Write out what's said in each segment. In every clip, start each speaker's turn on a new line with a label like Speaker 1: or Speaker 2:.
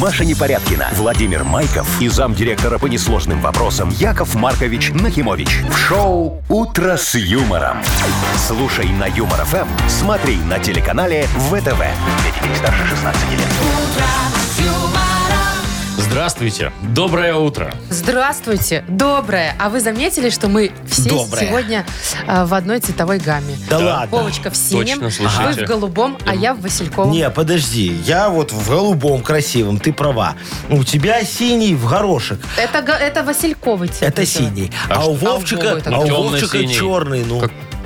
Speaker 1: Маша Непорядкина, Владимир Майков и замдиректора по несложным вопросам Яков Маркович Нахимович. В шоу «Утро с юмором». Слушай на Юмор ФМ, смотри на телеканале ВТВ. Для детей старше 16 лет.
Speaker 2: Здравствуйте. Доброе утро.
Speaker 3: Здравствуйте, доброе. А вы заметили, что мы все
Speaker 4: Доброе.
Speaker 3: сегодня а, в одной цветовой гамме?
Speaker 4: Да ладно.
Speaker 3: Вовочка в синем,
Speaker 2: Точно, слушайте.
Speaker 3: вы в голубом, а я в васильковом.
Speaker 4: Не, подожди, я вот в голубом красивом, ты права. У тебя синий в горошек.
Speaker 3: Это, го- это васильковый цвет.
Speaker 4: Это синий. А,
Speaker 2: что
Speaker 4: у
Speaker 3: там
Speaker 4: Вовчика,
Speaker 3: будет
Speaker 4: а
Speaker 3: тогда?
Speaker 4: у
Speaker 2: Темный
Speaker 4: Вовчика
Speaker 2: синий.
Speaker 4: черный, ну.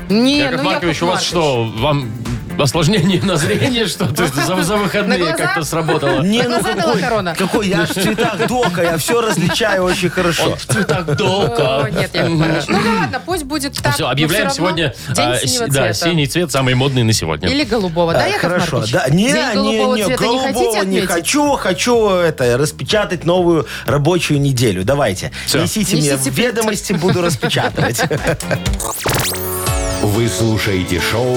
Speaker 3: Не,
Speaker 2: Яков
Speaker 3: ну
Speaker 2: Маркович,
Speaker 3: Яков
Speaker 2: у вас
Speaker 3: Маркович.
Speaker 2: что, вам осложнение на зрение что-то за, за
Speaker 3: На
Speaker 2: выходные
Speaker 3: глаза?
Speaker 2: как-то сработало?
Speaker 4: Не, ну,
Speaker 3: На глаза дала корона?
Speaker 4: какой, я ж в цветах дока, я все различаю очень хорошо.
Speaker 2: Он в цветах
Speaker 3: О,
Speaker 2: долго.
Speaker 3: нет, Яков Маркович. Ну да ладно, пусть будет так.
Speaker 2: Все,
Speaker 3: но
Speaker 2: А объявляем
Speaker 3: всё равно
Speaker 2: сегодня
Speaker 3: День
Speaker 2: а,
Speaker 3: синего
Speaker 2: си- да,
Speaker 3: цвета.
Speaker 2: синий цвет, самый модный на сегодня.
Speaker 3: Или голубого, да,
Speaker 4: А,
Speaker 3: Яков
Speaker 4: Хорошо,
Speaker 3: Маркович?
Speaker 4: да. Не,
Speaker 3: День голубого
Speaker 4: не,
Speaker 3: цвета
Speaker 4: не,
Speaker 3: не хотите
Speaker 4: голубого не
Speaker 3: отметить?
Speaker 4: хочу, хочу это, распечатать новую рабочую неделю. Давайте.
Speaker 2: Всё.
Speaker 4: Несите,
Speaker 3: Несите
Speaker 4: мне в ведомости, буду распечатывать.
Speaker 1: Вы слушаете шоу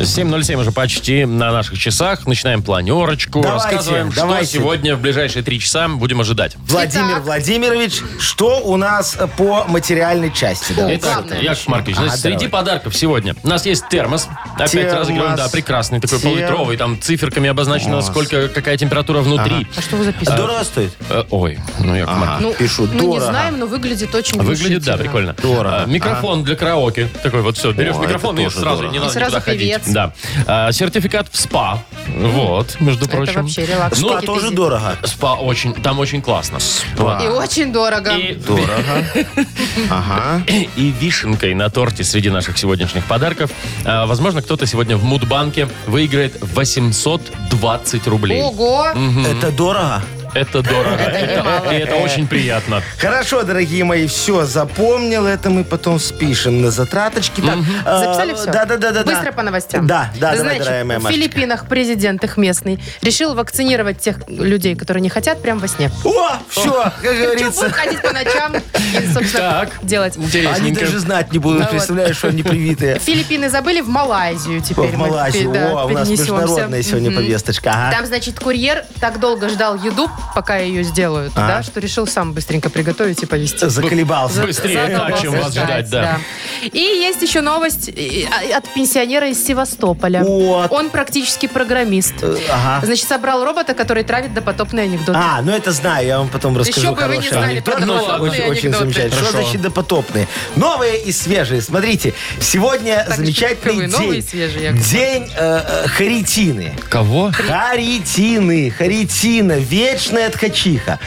Speaker 2: 7.07 уже почти на наших часах. Начинаем планерочку.
Speaker 4: Давайте,
Speaker 2: Рассказываем, что
Speaker 4: давайте.
Speaker 2: сегодня в ближайшие три часа будем ожидать.
Speaker 4: Владимир
Speaker 3: Итак.
Speaker 4: Владимирович, что у нас по материальной части? Давай.
Speaker 2: Итак,
Speaker 3: главное А,
Speaker 2: Яков
Speaker 3: начнем.
Speaker 2: Маркович, значит,
Speaker 4: Ага,
Speaker 2: среди
Speaker 4: давай.
Speaker 2: подарков сегодня у нас есть термос. Опять
Speaker 4: Термос.
Speaker 2: разыгрываем, да, прекрасный, такой
Speaker 4: Термос.
Speaker 2: полулитровый. Там циферками обозначено, сколько, какая температура внутри.
Speaker 3: А что вы записываете?
Speaker 4: Дорого стоит?
Speaker 2: Э, Ой, ну, Яков Маркович.
Speaker 3: Ну,
Speaker 4: пишу,
Speaker 3: мы не
Speaker 4: дорого.
Speaker 3: знаем, но выглядит очень
Speaker 2: Выглядит, да,
Speaker 3: внушительно.
Speaker 2: прикольно.
Speaker 4: Дорого.
Speaker 2: А, Микрофон для караоке. Такой вот все, берешь
Speaker 4: О,
Speaker 2: микрофон
Speaker 4: это
Speaker 2: и
Speaker 4: тоже
Speaker 2: сразу
Speaker 4: дорого.
Speaker 2: не
Speaker 4: И
Speaker 2: надо
Speaker 3: сразу
Speaker 2: никуда ходить.
Speaker 3: певец.
Speaker 2: Да. А, Сертификат в спа. Вот, между прочим.
Speaker 3: Это вообще релакс. Какие-то
Speaker 4: Спа Ну, а тоже
Speaker 3: зим-
Speaker 4: дорого.
Speaker 2: Спа очень, там очень классно.
Speaker 3: И очень дорого.
Speaker 2: А. И,
Speaker 4: Ага.
Speaker 2: и вишенкой на торте среди наших сегодняшних подарков. а, возможно, кто-то сегодня в Мудбанке выиграет 820 рублей.
Speaker 3: Ого!
Speaker 4: Это дорого?
Speaker 2: Это дорого. Это- и это очень приятно.
Speaker 4: Хорошо, дорогие мои, все, запомнил это, мы потом спишем на затраточки. Так, э,
Speaker 3: Записали все?
Speaker 4: Да, да, да, да. да.
Speaker 3: Быстро по новостям.
Speaker 4: Да, да, давай,
Speaker 3: Значит,
Speaker 4: дорогая моя
Speaker 3: в
Speaker 4: Машечка.
Speaker 3: Филиппинах президент их местный решил вакцинировать тех людей, которые не хотят, прям во сне.
Speaker 4: О, все, как
Speaker 3: Что
Speaker 4: говорится.
Speaker 3: будут ходить по ночам и, собственно,
Speaker 2: Так.
Speaker 3: делать.
Speaker 4: Они
Speaker 2: Интересненько.
Speaker 4: даже знать не будут,
Speaker 3: Да Ну вот.
Speaker 4: представляешь, что они привитые.
Speaker 3: Филиппины забыли, в Малайзию теперь
Speaker 4: В
Speaker 3: мы,
Speaker 4: Малайзию.
Speaker 3: да,
Speaker 4: О, у нас
Speaker 3: перенесемся.
Speaker 4: международная сегодня А?
Speaker 3: Мгм.
Speaker 4: повесточка. Ага.
Speaker 3: Там, значит, курьер так долго ждал еду, пока ее сделают,
Speaker 4: А.
Speaker 3: да, что решил сам быстренько приготовить и повезти.
Speaker 4: Заколебался.
Speaker 2: Быстрее так, чем вас ждать, да.
Speaker 3: И есть еще новость э, э, от пенсионера из Севастополя.
Speaker 4: Вот.
Speaker 3: Он практически программист.
Speaker 4: Ага.
Speaker 3: Значит, собрал робота, который травит допотопные анекдоты.
Speaker 4: А, ну это знаю, я вам потом расскажу.
Speaker 3: Еще бы вы не
Speaker 4: хороший
Speaker 3: знали про
Speaker 4: анекдот.
Speaker 3: допотопные
Speaker 4: очень, очень
Speaker 3: анекдоты.
Speaker 4: замечательно. Что
Speaker 2: Хорошо.
Speaker 4: значит допотопные? Новые и свежие. Смотрите, сегодня
Speaker 3: Так,
Speaker 4: замечательный
Speaker 3: каковы
Speaker 4: день.
Speaker 3: новые и свежие, Яков
Speaker 4: день э, э, Харитины.
Speaker 2: Кого?
Speaker 4: Харитины, Харитина, вечная ткачиха.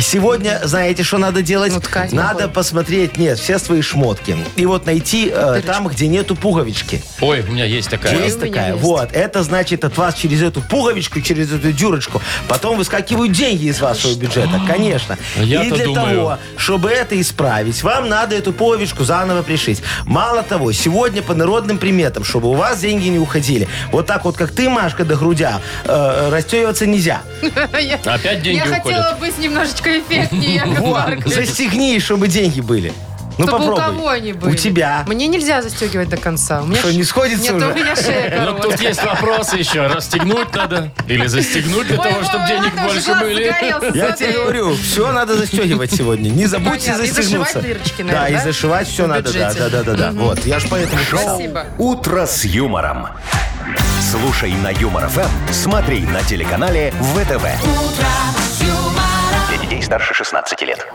Speaker 4: Сегодня, знаете, что надо делать?
Speaker 3: Ну, ткать
Speaker 4: надо
Speaker 3: какой?
Speaker 4: посмотреть, нет, все свои шмотки. И вот найти э, там, где нету пуговички.
Speaker 2: Ой, у меня есть такая.
Speaker 4: Есть
Speaker 3: у меня
Speaker 4: такая.
Speaker 3: есть.
Speaker 4: Вот. Это значит от вас через эту пуговичку, через эту дюрочку. Потом выскакивают деньги из вашего бюджета. Конечно.
Speaker 2: Я-то
Speaker 4: И для
Speaker 2: думаю.
Speaker 4: того, чтобы это исправить, вам надо эту пуговичку заново пришить. Мало того, сегодня по народным приметам, чтобы у вас деньги не уходили. Вот так вот, как ты, Машка, до грудя, э, расстегиваться нельзя.
Speaker 3: Я-
Speaker 2: Опять деньги
Speaker 3: Я хотела
Speaker 2: уходят.
Speaker 3: быть немножечко эффектнее, Яков Маркович.
Speaker 4: Застегни, чтобы деньги были.
Speaker 3: Ну,
Speaker 4: Ну
Speaker 3: Чтобы у
Speaker 4: попробуй.
Speaker 3: кого они были.
Speaker 4: У тебя.
Speaker 3: Мне нельзя застегивать до конца. У меня
Speaker 4: Что,
Speaker 3: ш-
Speaker 4: не сходится
Speaker 3: Нет,
Speaker 4: уже?
Speaker 3: у меня шея
Speaker 2: Но
Speaker 3: коротая.
Speaker 2: Ну, тут есть вопрос еще. Расстегнуть надо? Или застегнуть для
Speaker 3: Ой,
Speaker 2: того,
Speaker 3: ой,
Speaker 2: чтобы
Speaker 3: ой,
Speaker 2: денег
Speaker 3: ладно, уже
Speaker 2: больше
Speaker 3: глаз
Speaker 2: были?
Speaker 3: загорелся,
Speaker 4: Я
Speaker 3: смотри.
Speaker 4: тебе говорю, все надо застегивать сегодня. Не забудьте
Speaker 3: Понятно. И
Speaker 4: застегнуться.
Speaker 3: зашивать дырочки,
Speaker 4: Да,
Speaker 3: наверное,
Speaker 4: и
Speaker 3: да?
Speaker 4: зашивать все
Speaker 3: В
Speaker 4: надо. Да,
Speaker 3: бюджете.
Speaker 4: да, да, да, да. Вот, я ж поэтому шел.
Speaker 3: Спасибо.
Speaker 1: «Утро с юмором». Слушай на Юмор ФМ, смотри на телеканале ВТВ. Для детей старше 16 лет.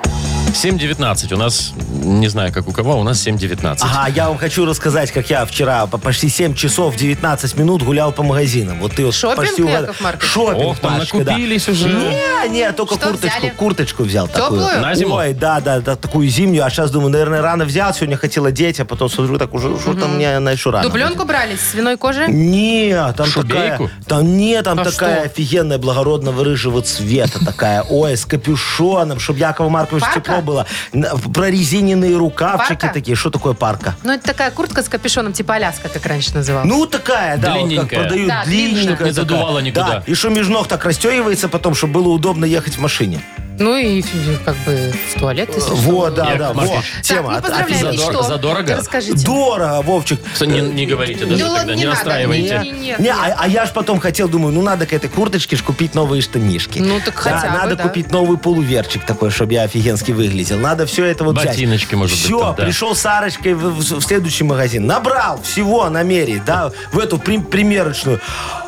Speaker 2: 7.19. У нас, не знаю, как у кого, а у нас 7.19.
Speaker 4: Ага, я вам хочу рассказать, как я вчера по- почти 7 часов 19 минут гулял по магазинам. Вот ты вот
Speaker 3: Шопинг,
Speaker 4: почти угад-
Speaker 3: Яков Маркович?
Speaker 4: Шопинг,
Speaker 2: Ох, там
Speaker 4: Машечка, да. Ну,
Speaker 2: накупились уже.
Speaker 4: Не, не, только
Speaker 3: Что
Speaker 4: курточку,
Speaker 3: взяли?
Speaker 4: курточку взял. такую.
Speaker 3: Теплую?
Speaker 2: На зиму?
Speaker 4: Ой, да, да, да, такую зимнюю. А сейчас думаю, наверное, рано взял. Сегодня хотела деть, а потом смотрю, так уже, что там мне на еще рано.
Speaker 3: Дубленку брали с свиной кожи?
Speaker 4: Нет, там
Speaker 2: Шубейку?
Speaker 4: такая... Там, нет, там
Speaker 3: А
Speaker 4: такая
Speaker 3: что?
Speaker 4: офигенная благородного рыжего цвета такая. Ой, с капюшоном, чтобы Якова Марковича
Speaker 3: Парка?
Speaker 4: тепло было. На- Прорезиненные рукавчики
Speaker 3: Парка?
Speaker 4: такие. Что такое парка?
Speaker 3: Ну, это такая куртка с капюшоном, типа Аляска, как раньше называлась.
Speaker 4: Ну, такая, да, вот как
Speaker 2: Длинненькая.
Speaker 4: продают,
Speaker 3: Да, длинная.
Speaker 4: длинненькая.
Speaker 2: Чтоб не
Speaker 4: такая.
Speaker 2: задувало никуда.
Speaker 4: Да, и что между ног так расстегивается потом, чтобы было удобно ехать в машине.
Speaker 3: Ну и как бы в туалет. если что.
Speaker 4: Вот, да,
Speaker 2: Яков
Speaker 4: да, вот.
Speaker 2: Маркович.
Speaker 3: Так,
Speaker 4: Тема.
Speaker 3: ну
Speaker 4: от- от-
Speaker 3: поздравляем. И
Speaker 2: Задор-
Speaker 3: что?
Speaker 2: задорого?
Speaker 3: Расскажите.
Speaker 4: Дорого, Вовчик.
Speaker 2: Что, не, не говорите даже
Speaker 3: Ну ладно,
Speaker 2: тогда, не,
Speaker 3: не надо.
Speaker 2: расстраивайте.
Speaker 3: Не, не,
Speaker 4: Не,
Speaker 3: нет.
Speaker 4: а, а я ж потом хотел, думаю, ну надо к этой курточке ж купить новые штанишки.
Speaker 3: Ну, так хотя бы,
Speaker 4: Надо
Speaker 3: да.
Speaker 4: купить новый полуверчик такой, чтобы я офигенски выглядел. Надо все это вот
Speaker 2: Ботиночки,
Speaker 4: взять.
Speaker 2: может быть,
Speaker 4: Все,
Speaker 2: там, да.
Speaker 4: пришел с Арочкой в, в- в следующий магазин. Набрал всего на мере, да, в эту прим- примерочную.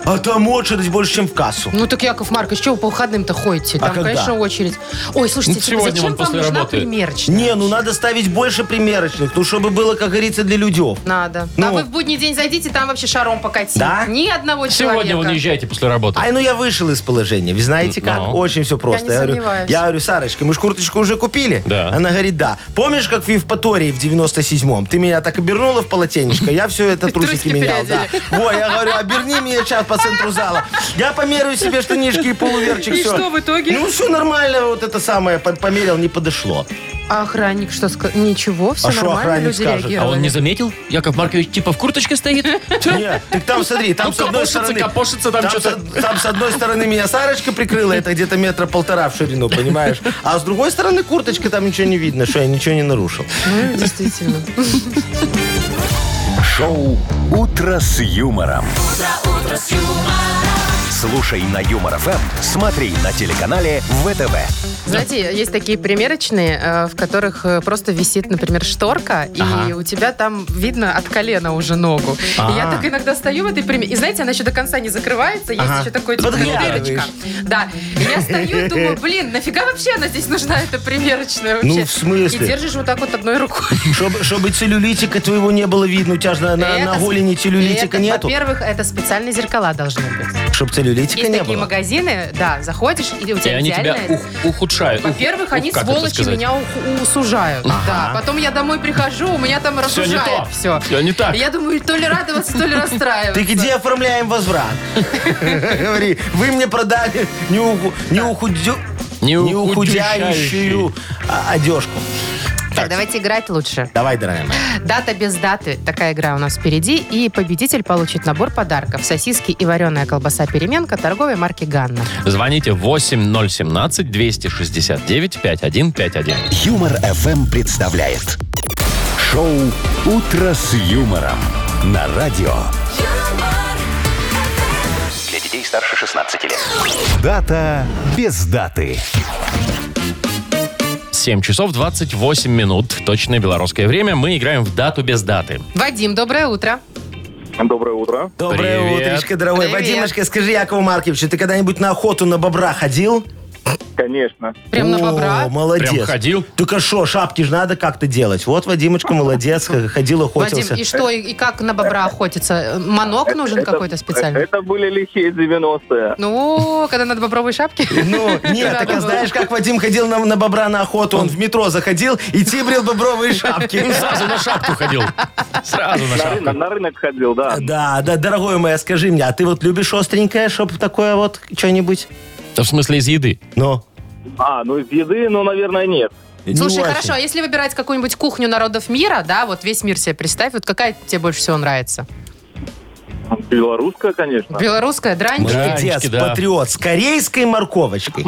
Speaker 4: А там очередь больше, чем в кассу.
Speaker 3: Ну так, Яков Маркович, что вы по выходным-то ходите?
Speaker 4: А
Speaker 3: Там,
Speaker 4: когда?
Speaker 3: конечно, очередь. Ой, слушайте,
Speaker 2: Ну,
Speaker 3: типа,
Speaker 2: сегодня
Speaker 3: зачем
Speaker 2: вон
Speaker 3: вам
Speaker 2: после
Speaker 3: нужна
Speaker 2: работы.
Speaker 3: примерочная?
Speaker 4: Не, ну надо ставить больше примерочных, ну чтобы было, как говорится, для людей.
Speaker 3: Надо.
Speaker 4: Ну.
Speaker 3: а вы в будний день зайдите, там вообще шаром покатите.
Speaker 4: Да?
Speaker 3: Ни одного
Speaker 2: Сегодня
Speaker 3: человека.
Speaker 2: вы езжайте после работы.
Speaker 4: Ай, ну я вышел из положения. Вы знаете как?
Speaker 2: Ну.
Speaker 4: Очень все просто.
Speaker 3: не
Speaker 4: говорю,
Speaker 3: сомневаюсь.
Speaker 4: я говорю, Сарочка, мы ж курточку уже купили?
Speaker 2: Да.
Speaker 4: Она говорит, да. Помнишь, как в Евпатории в 97-м? Ты меня так обернула в полотенечко, я все это трусики
Speaker 3: трусики
Speaker 4: менял. Да. Во, я говорю, оберни меня сейчас по центру зала. Я померю себе штанишки и полуверчик.
Speaker 3: И
Speaker 4: всё.
Speaker 3: что в итоге?
Speaker 4: Ну все нормально, вот это самое, по- померил, не подошло.
Speaker 3: А охранник что сказал? Ничего, все
Speaker 4: А что
Speaker 3: нормально,
Speaker 4: охранник
Speaker 3: люди
Speaker 4: скажет?
Speaker 2: А
Speaker 3: реагировали.
Speaker 2: он не заметил? Яков Маркович типа в курточке стоит?
Speaker 4: Нет, так там смотри, там
Speaker 2: Ну,
Speaker 4: с одной
Speaker 2: копошится, копошится,
Speaker 4: стороны...
Speaker 2: там
Speaker 4: с-
Speaker 2: что-то.
Speaker 4: Там с одной стороны меня Сарочка прикрыла, это где-то метра полтора в ширину, понимаешь? А с другой стороны курточка, там ничего не видно, что я ничего не нарушил.
Speaker 3: Ну, действительно.
Speaker 1: Шоу «Утро с юмором». Слушай на Юмор ФМ, смотри на телеканале ВТВ.
Speaker 3: Знаете, есть такие примерочные, э, в которых э, просто висит, например, шторка, и у тебя там видно от колена уже ногу. И я
Speaker 4: А.
Speaker 3: так иногда стою в этой примерке. И знаете, она еще до конца не закрывается, есть
Speaker 4: Ага.
Speaker 3: еще такой типа
Speaker 4: Подглядываешь.
Speaker 3: дырочка. Да. И я стою и думаю, блин, нафига вообще она здесь нужна, эта примерочная вообще?
Speaker 4: Ну, в
Speaker 3: И
Speaker 4: смысле?
Speaker 3: держишь вот так вот одной рукой.
Speaker 4: Чтобы, чтобы целлюлитика твоего не было видно, у тебя же на, на, на
Speaker 3: Это-
Speaker 4: голени целлюлитика
Speaker 3: это,
Speaker 4: нету.
Speaker 3: Во-первых, это специальные зеркала должны быть.
Speaker 4: Чтобы целлюлитика
Speaker 3: Есть
Speaker 4: не
Speaker 3: такие
Speaker 4: было.
Speaker 3: магазины, да, заходишь, и у
Speaker 2: И
Speaker 3: тебя
Speaker 2: они тебя
Speaker 3: идеальная-
Speaker 2: ух- ухудшают. Ух-
Speaker 3: Во-первых,
Speaker 2: ух,
Speaker 3: они,
Speaker 2: как это
Speaker 3: сволочи,
Speaker 2: сказать?
Speaker 3: меня ух- усужают. Да. Потом я домой прихожу, у меня там
Speaker 2: Всё не
Speaker 3: разужает
Speaker 2: то.
Speaker 3: все.
Speaker 2: Всё не так.
Speaker 3: Я думаю, то ли радоваться, то ли расстраиваться.
Speaker 4: Ты где оформляем возврат? Говори, вы мне продали неуху- неухудю- неухудяющую
Speaker 2: Неухудяющую.
Speaker 4: а, одежку.
Speaker 3: Так, давайте играть лучше.
Speaker 4: Давай, дорогая моя.
Speaker 3: Дата без даты. Такая игра у нас впереди. И победитель получит набор подарков. Сосиски и вареная колбаса «Переменка» торговой марки «Ганна».
Speaker 2: Звоните 8017-269-5151.
Speaker 1: Юмор ФМ представляет. Шоу «Утро с юмором» на радио.
Speaker 5: Для детей старше 16 лет.
Speaker 1: Дата без даты.
Speaker 2: 7 часов 28 минут. Точное белорусское время. Мы играем в дату без даты.
Speaker 3: Вадим, доброе утро.
Speaker 6: Доброе утро.
Speaker 4: Доброе
Speaker 2: Привет.
Speaker 4: утречко, дорогой.
Speaker 3: Привет.
Speaker 4: Вадимочка, скажи, Якову Марковичу, ты когда-нибудь на охоту на бобра ходил?
Speaker 6: Конечно.
Speaker 3: Прям на
Speaker 4: О,
Speaker 3: бобра.
Speaker 4: молодец.
Speaker 2: Прям ходил?
Speaker 4: Так а шо, шапки же надо как-то делать. Вот Вадимочка молодец, х- ходил,
Speaker 3: Вадим,
Speaker 4: охотился.
Speaker 3: и что, и, и как на бобра охотиться? Манок нужен
Speaker 6: Это-
Speaker 3: Ну, какой-то специальный?
Speaker 6: Это были лихие 90-е.
Speaker 3: Ну, когда надо бобровые шапки.
Speaker 4: Ну, нет,
Speaker 3: Надо
Speaker 4: так а
Speaker 3: было.
Speaker 4: знаешь, как Вадим ходил на, на бобра на охоту? Он в метро заходил и тибрил бобровые шапки.
Speaker 2: Сразу на шапку ходил. Сразу на
Speaker 6: На
Speaker 2: шапку.
Speaker 6: рынок, на рынок ходил, да.
Speaker 4: Да, да, дорогой мой, а скажи мне, а ты вот любишь остренькое, чтоб такое вот что-нибудь?
Speaker 2: Да В смысле из еды.
Speaker 4: Ну,
Speaker 6: А, ну из еды, ну, наверное, нет.
Speaker 4: не
Speaker 3: Слушай,
Speaker 4: очень.
Speaker 3: хорошо, а если выбирать какую-нибудь кухню народов мира, да, вот весь мир себе представь, вот какая тебе больше всего нравится?
Speaker 6: Белорусская, конечно.
Speaker 3: Белорусская, дранчики?
Speaker 4: Молодец,
Speaker 2: Дранчики, да.
Speaker 4: патриот, с корейской морковочкой.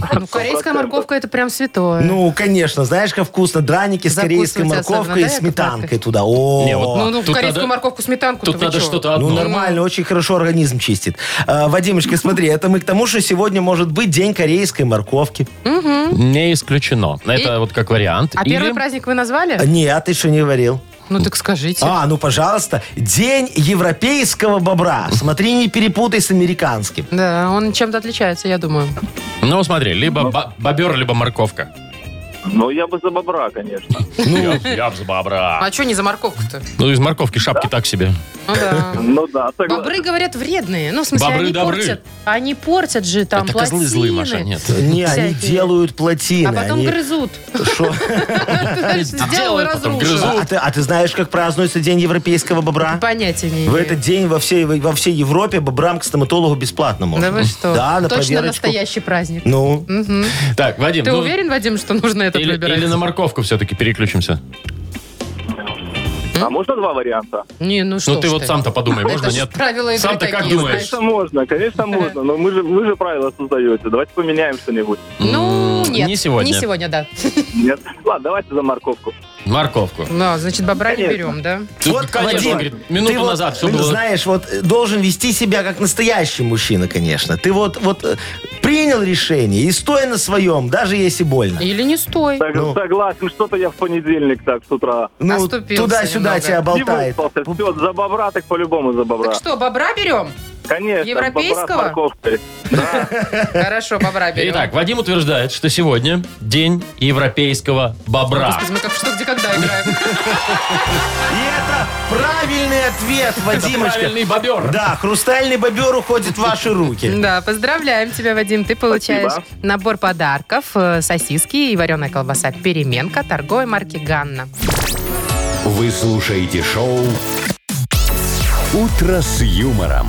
Speaker 3: Ну, корейская морковка это прям святое.
Speaker 4: Ну, конечно, знаешь, как вкусно. Драники с
Speaker 3: типа. Закусывать
Speaker 4: корейской
Speaker 3: особенно,
Speaker 4: морковкой
Speaker 3: да,
Speaker 4: и
Speaker 3: Яков
Speaker 4: сметанкой
Speaker 3: Маркович?
Speaker 4: туда. О,
Speaker 2: Не, вот
Speaker 3: Ну, ну,
Speaker 2: Тут
Speaker 3: корейскую
Speaker 2: надо-
Speaker 3: морковку, сметанку.
Speaker 2: Тут надо что-то
Speaker 4: Ну,
Speaker 2: одно.
Speaker 4: нормально, очень хорошо организм чистит. А, Вадимочка, смотри, это мы к тому, что сегодня может быть день корейской морковки.
Speaker 2: Не исключено. Это вот как вариант.
Speaker 3: А
Speaker 2: Или
Speaker 3: первый праздник вы назвали?
Speaker 4: Нет, ты еще не говорил.
Speaker 3: Ну так скажите.
Speaker 4: А, ну, пожалуйста, день европейского бобра. Смотри, не перепутай с американским.
Speaker 3: Да, он чем-то отличается, я думаю.
Speaker 2: Ну, смотри, либо ба- бобер, либо морковка.
Speaker 6: Но я бы за бобра, конечно.
Speaker 2: Я, я б с бобра.
Speaker 3: А что не за морковку-то?
Speaker 2: Ну, из морковки шапки так себе.
Speaker 3: Ну да.
Speaker 6: Ну да, согласен.
Speaker 3: Бобры, говорят, вредные. Ну, в смысле,
Speaker 2: Бобры
Speaker 3: они
Speaker 2: добры.
Speaker 3: портят. Они портят же там
Speaker 2: Это козлы злые, Маша,
Speaker 3: пластины.
Speaker 2: нет.
Speaker 4: Не, они
Speaker 3: Всякие.
Speaker 4: делают плотины.
Speaker 3: А потом
Speaker 4: они-
Speaker 3: грызут.
Speaker 4: Шо?
Speaker 3: Ты дальше Сделал и
Speaker 2: делают, потом
Speaker 3: разрушил.
Speaker 2: грызут.
Speaker 4: А ты- а ты знаешь, как празднуется день европейского бобра?
Speaker 3: Понятия не
Speaker 4: В
Speaker 3: имею.
Speaker 4: этот день во всей, во всей Европе бобрам к стоматологу бесплатно можно.
Speaker 3: Да вы что?
Speaker 4: Да, на
Speaker 3: Точно
Speaker 4: проверочку.
Speaker 3: настоящий праздник.
Speaker 4: Ну,
Speaker 2: Так, Вадим,
Speaker 3: Ты
Speaker 2: ну,
Speaker 3: уверен, Вадим, что нужно этот
Speaker 2: или,
Speaker 3: выбирать?
Speaker 2: или на морковку все-таки переключимся?
Speaker 6: А можно два варианта?
Speaker 3: Не, ну что
Speaker 2: Ну ты
Speaker 3: ж
Speaker 2: вот сам-то подумай,
Speaker 3: Это
Speaker 2: можно,
Speaker 3: ж
Speaker 2: нет?
Speaker 3: правила игры
Speaker 2: Сам-то как
Speaker 3: такие,
Speaker 2: думаешь?
Speaker 6: Конечно, можно, конечно, можно. Но мы же, вы же правила создаете. Давайте поменяем что-нибудь.
Speaker 3: Ну,
Speaker 2: М,
Speaker 3: нет.
Speaker 2: Не сегодня.
Speaker 3: Не сегодня, да.
Speaker 6: Нет? Ладно, давайте за морковку.
Speaker 2: Морковку.
Speaker 3: Ну, значит, бобра не
Speaker 6: Конечно.
Speaker 3: берем, да?
Speaker 2: Ты, конечно,
Speaker 4: Вадим,
Speaker 2: говорит, минуту
Speaker 4: ты вот,
Speaker 2: назад все
Speaker 4: ну,
Speaker 2: было.
Speaker 4: Знаешь, вот э, должен вести себя как настоящий мужчина, конечно. Ты вот, вот э, принял решение и стой на своем, даже если больно.
Speaker 3: Или не стой.
Speaker 6: Так,
Speaker 4: Ну.
Speaker 6: Согласен, что-то я в понедельник так с утра.
Speaker 4: Ну,
Speaker 3: Оступился
Speaker 4: туда-сюда
Speaker 3: немного.
Speaker 4: тебя болтает.
Speaker 6: Все, за бобра, так по-любому за бобра.
Speaker 3: Так что, бобра берем?
Speaker 6: Конечно,
Speaker 3: европейского?
Speaker 6: бобра с морковкой.
Speaker 3: Хорошо, бобра берем.
Speaker 2: Итак, Вадим утверждает, что сегодня день европейского бобра.
Speaker 3: Господи, мы как в что, где, когда играем.
Speaker 4: И это правильный ответ, Вадимочка.
Speaker 2: Правильный бобер.
Speaker 4: Да, хрустальный бобер уходит в ваши руки.
Speaker 3: Да, поздравляем тебя, Вадим. Ты получаешь
Speaker 6: Спасибо.
Speaker 3: набор подарков, э, сосиски и вареная колбаса «Переменка» торговой марки «Ганна».
Speaker 1: Вы слушаете шоу «Утро с юмором»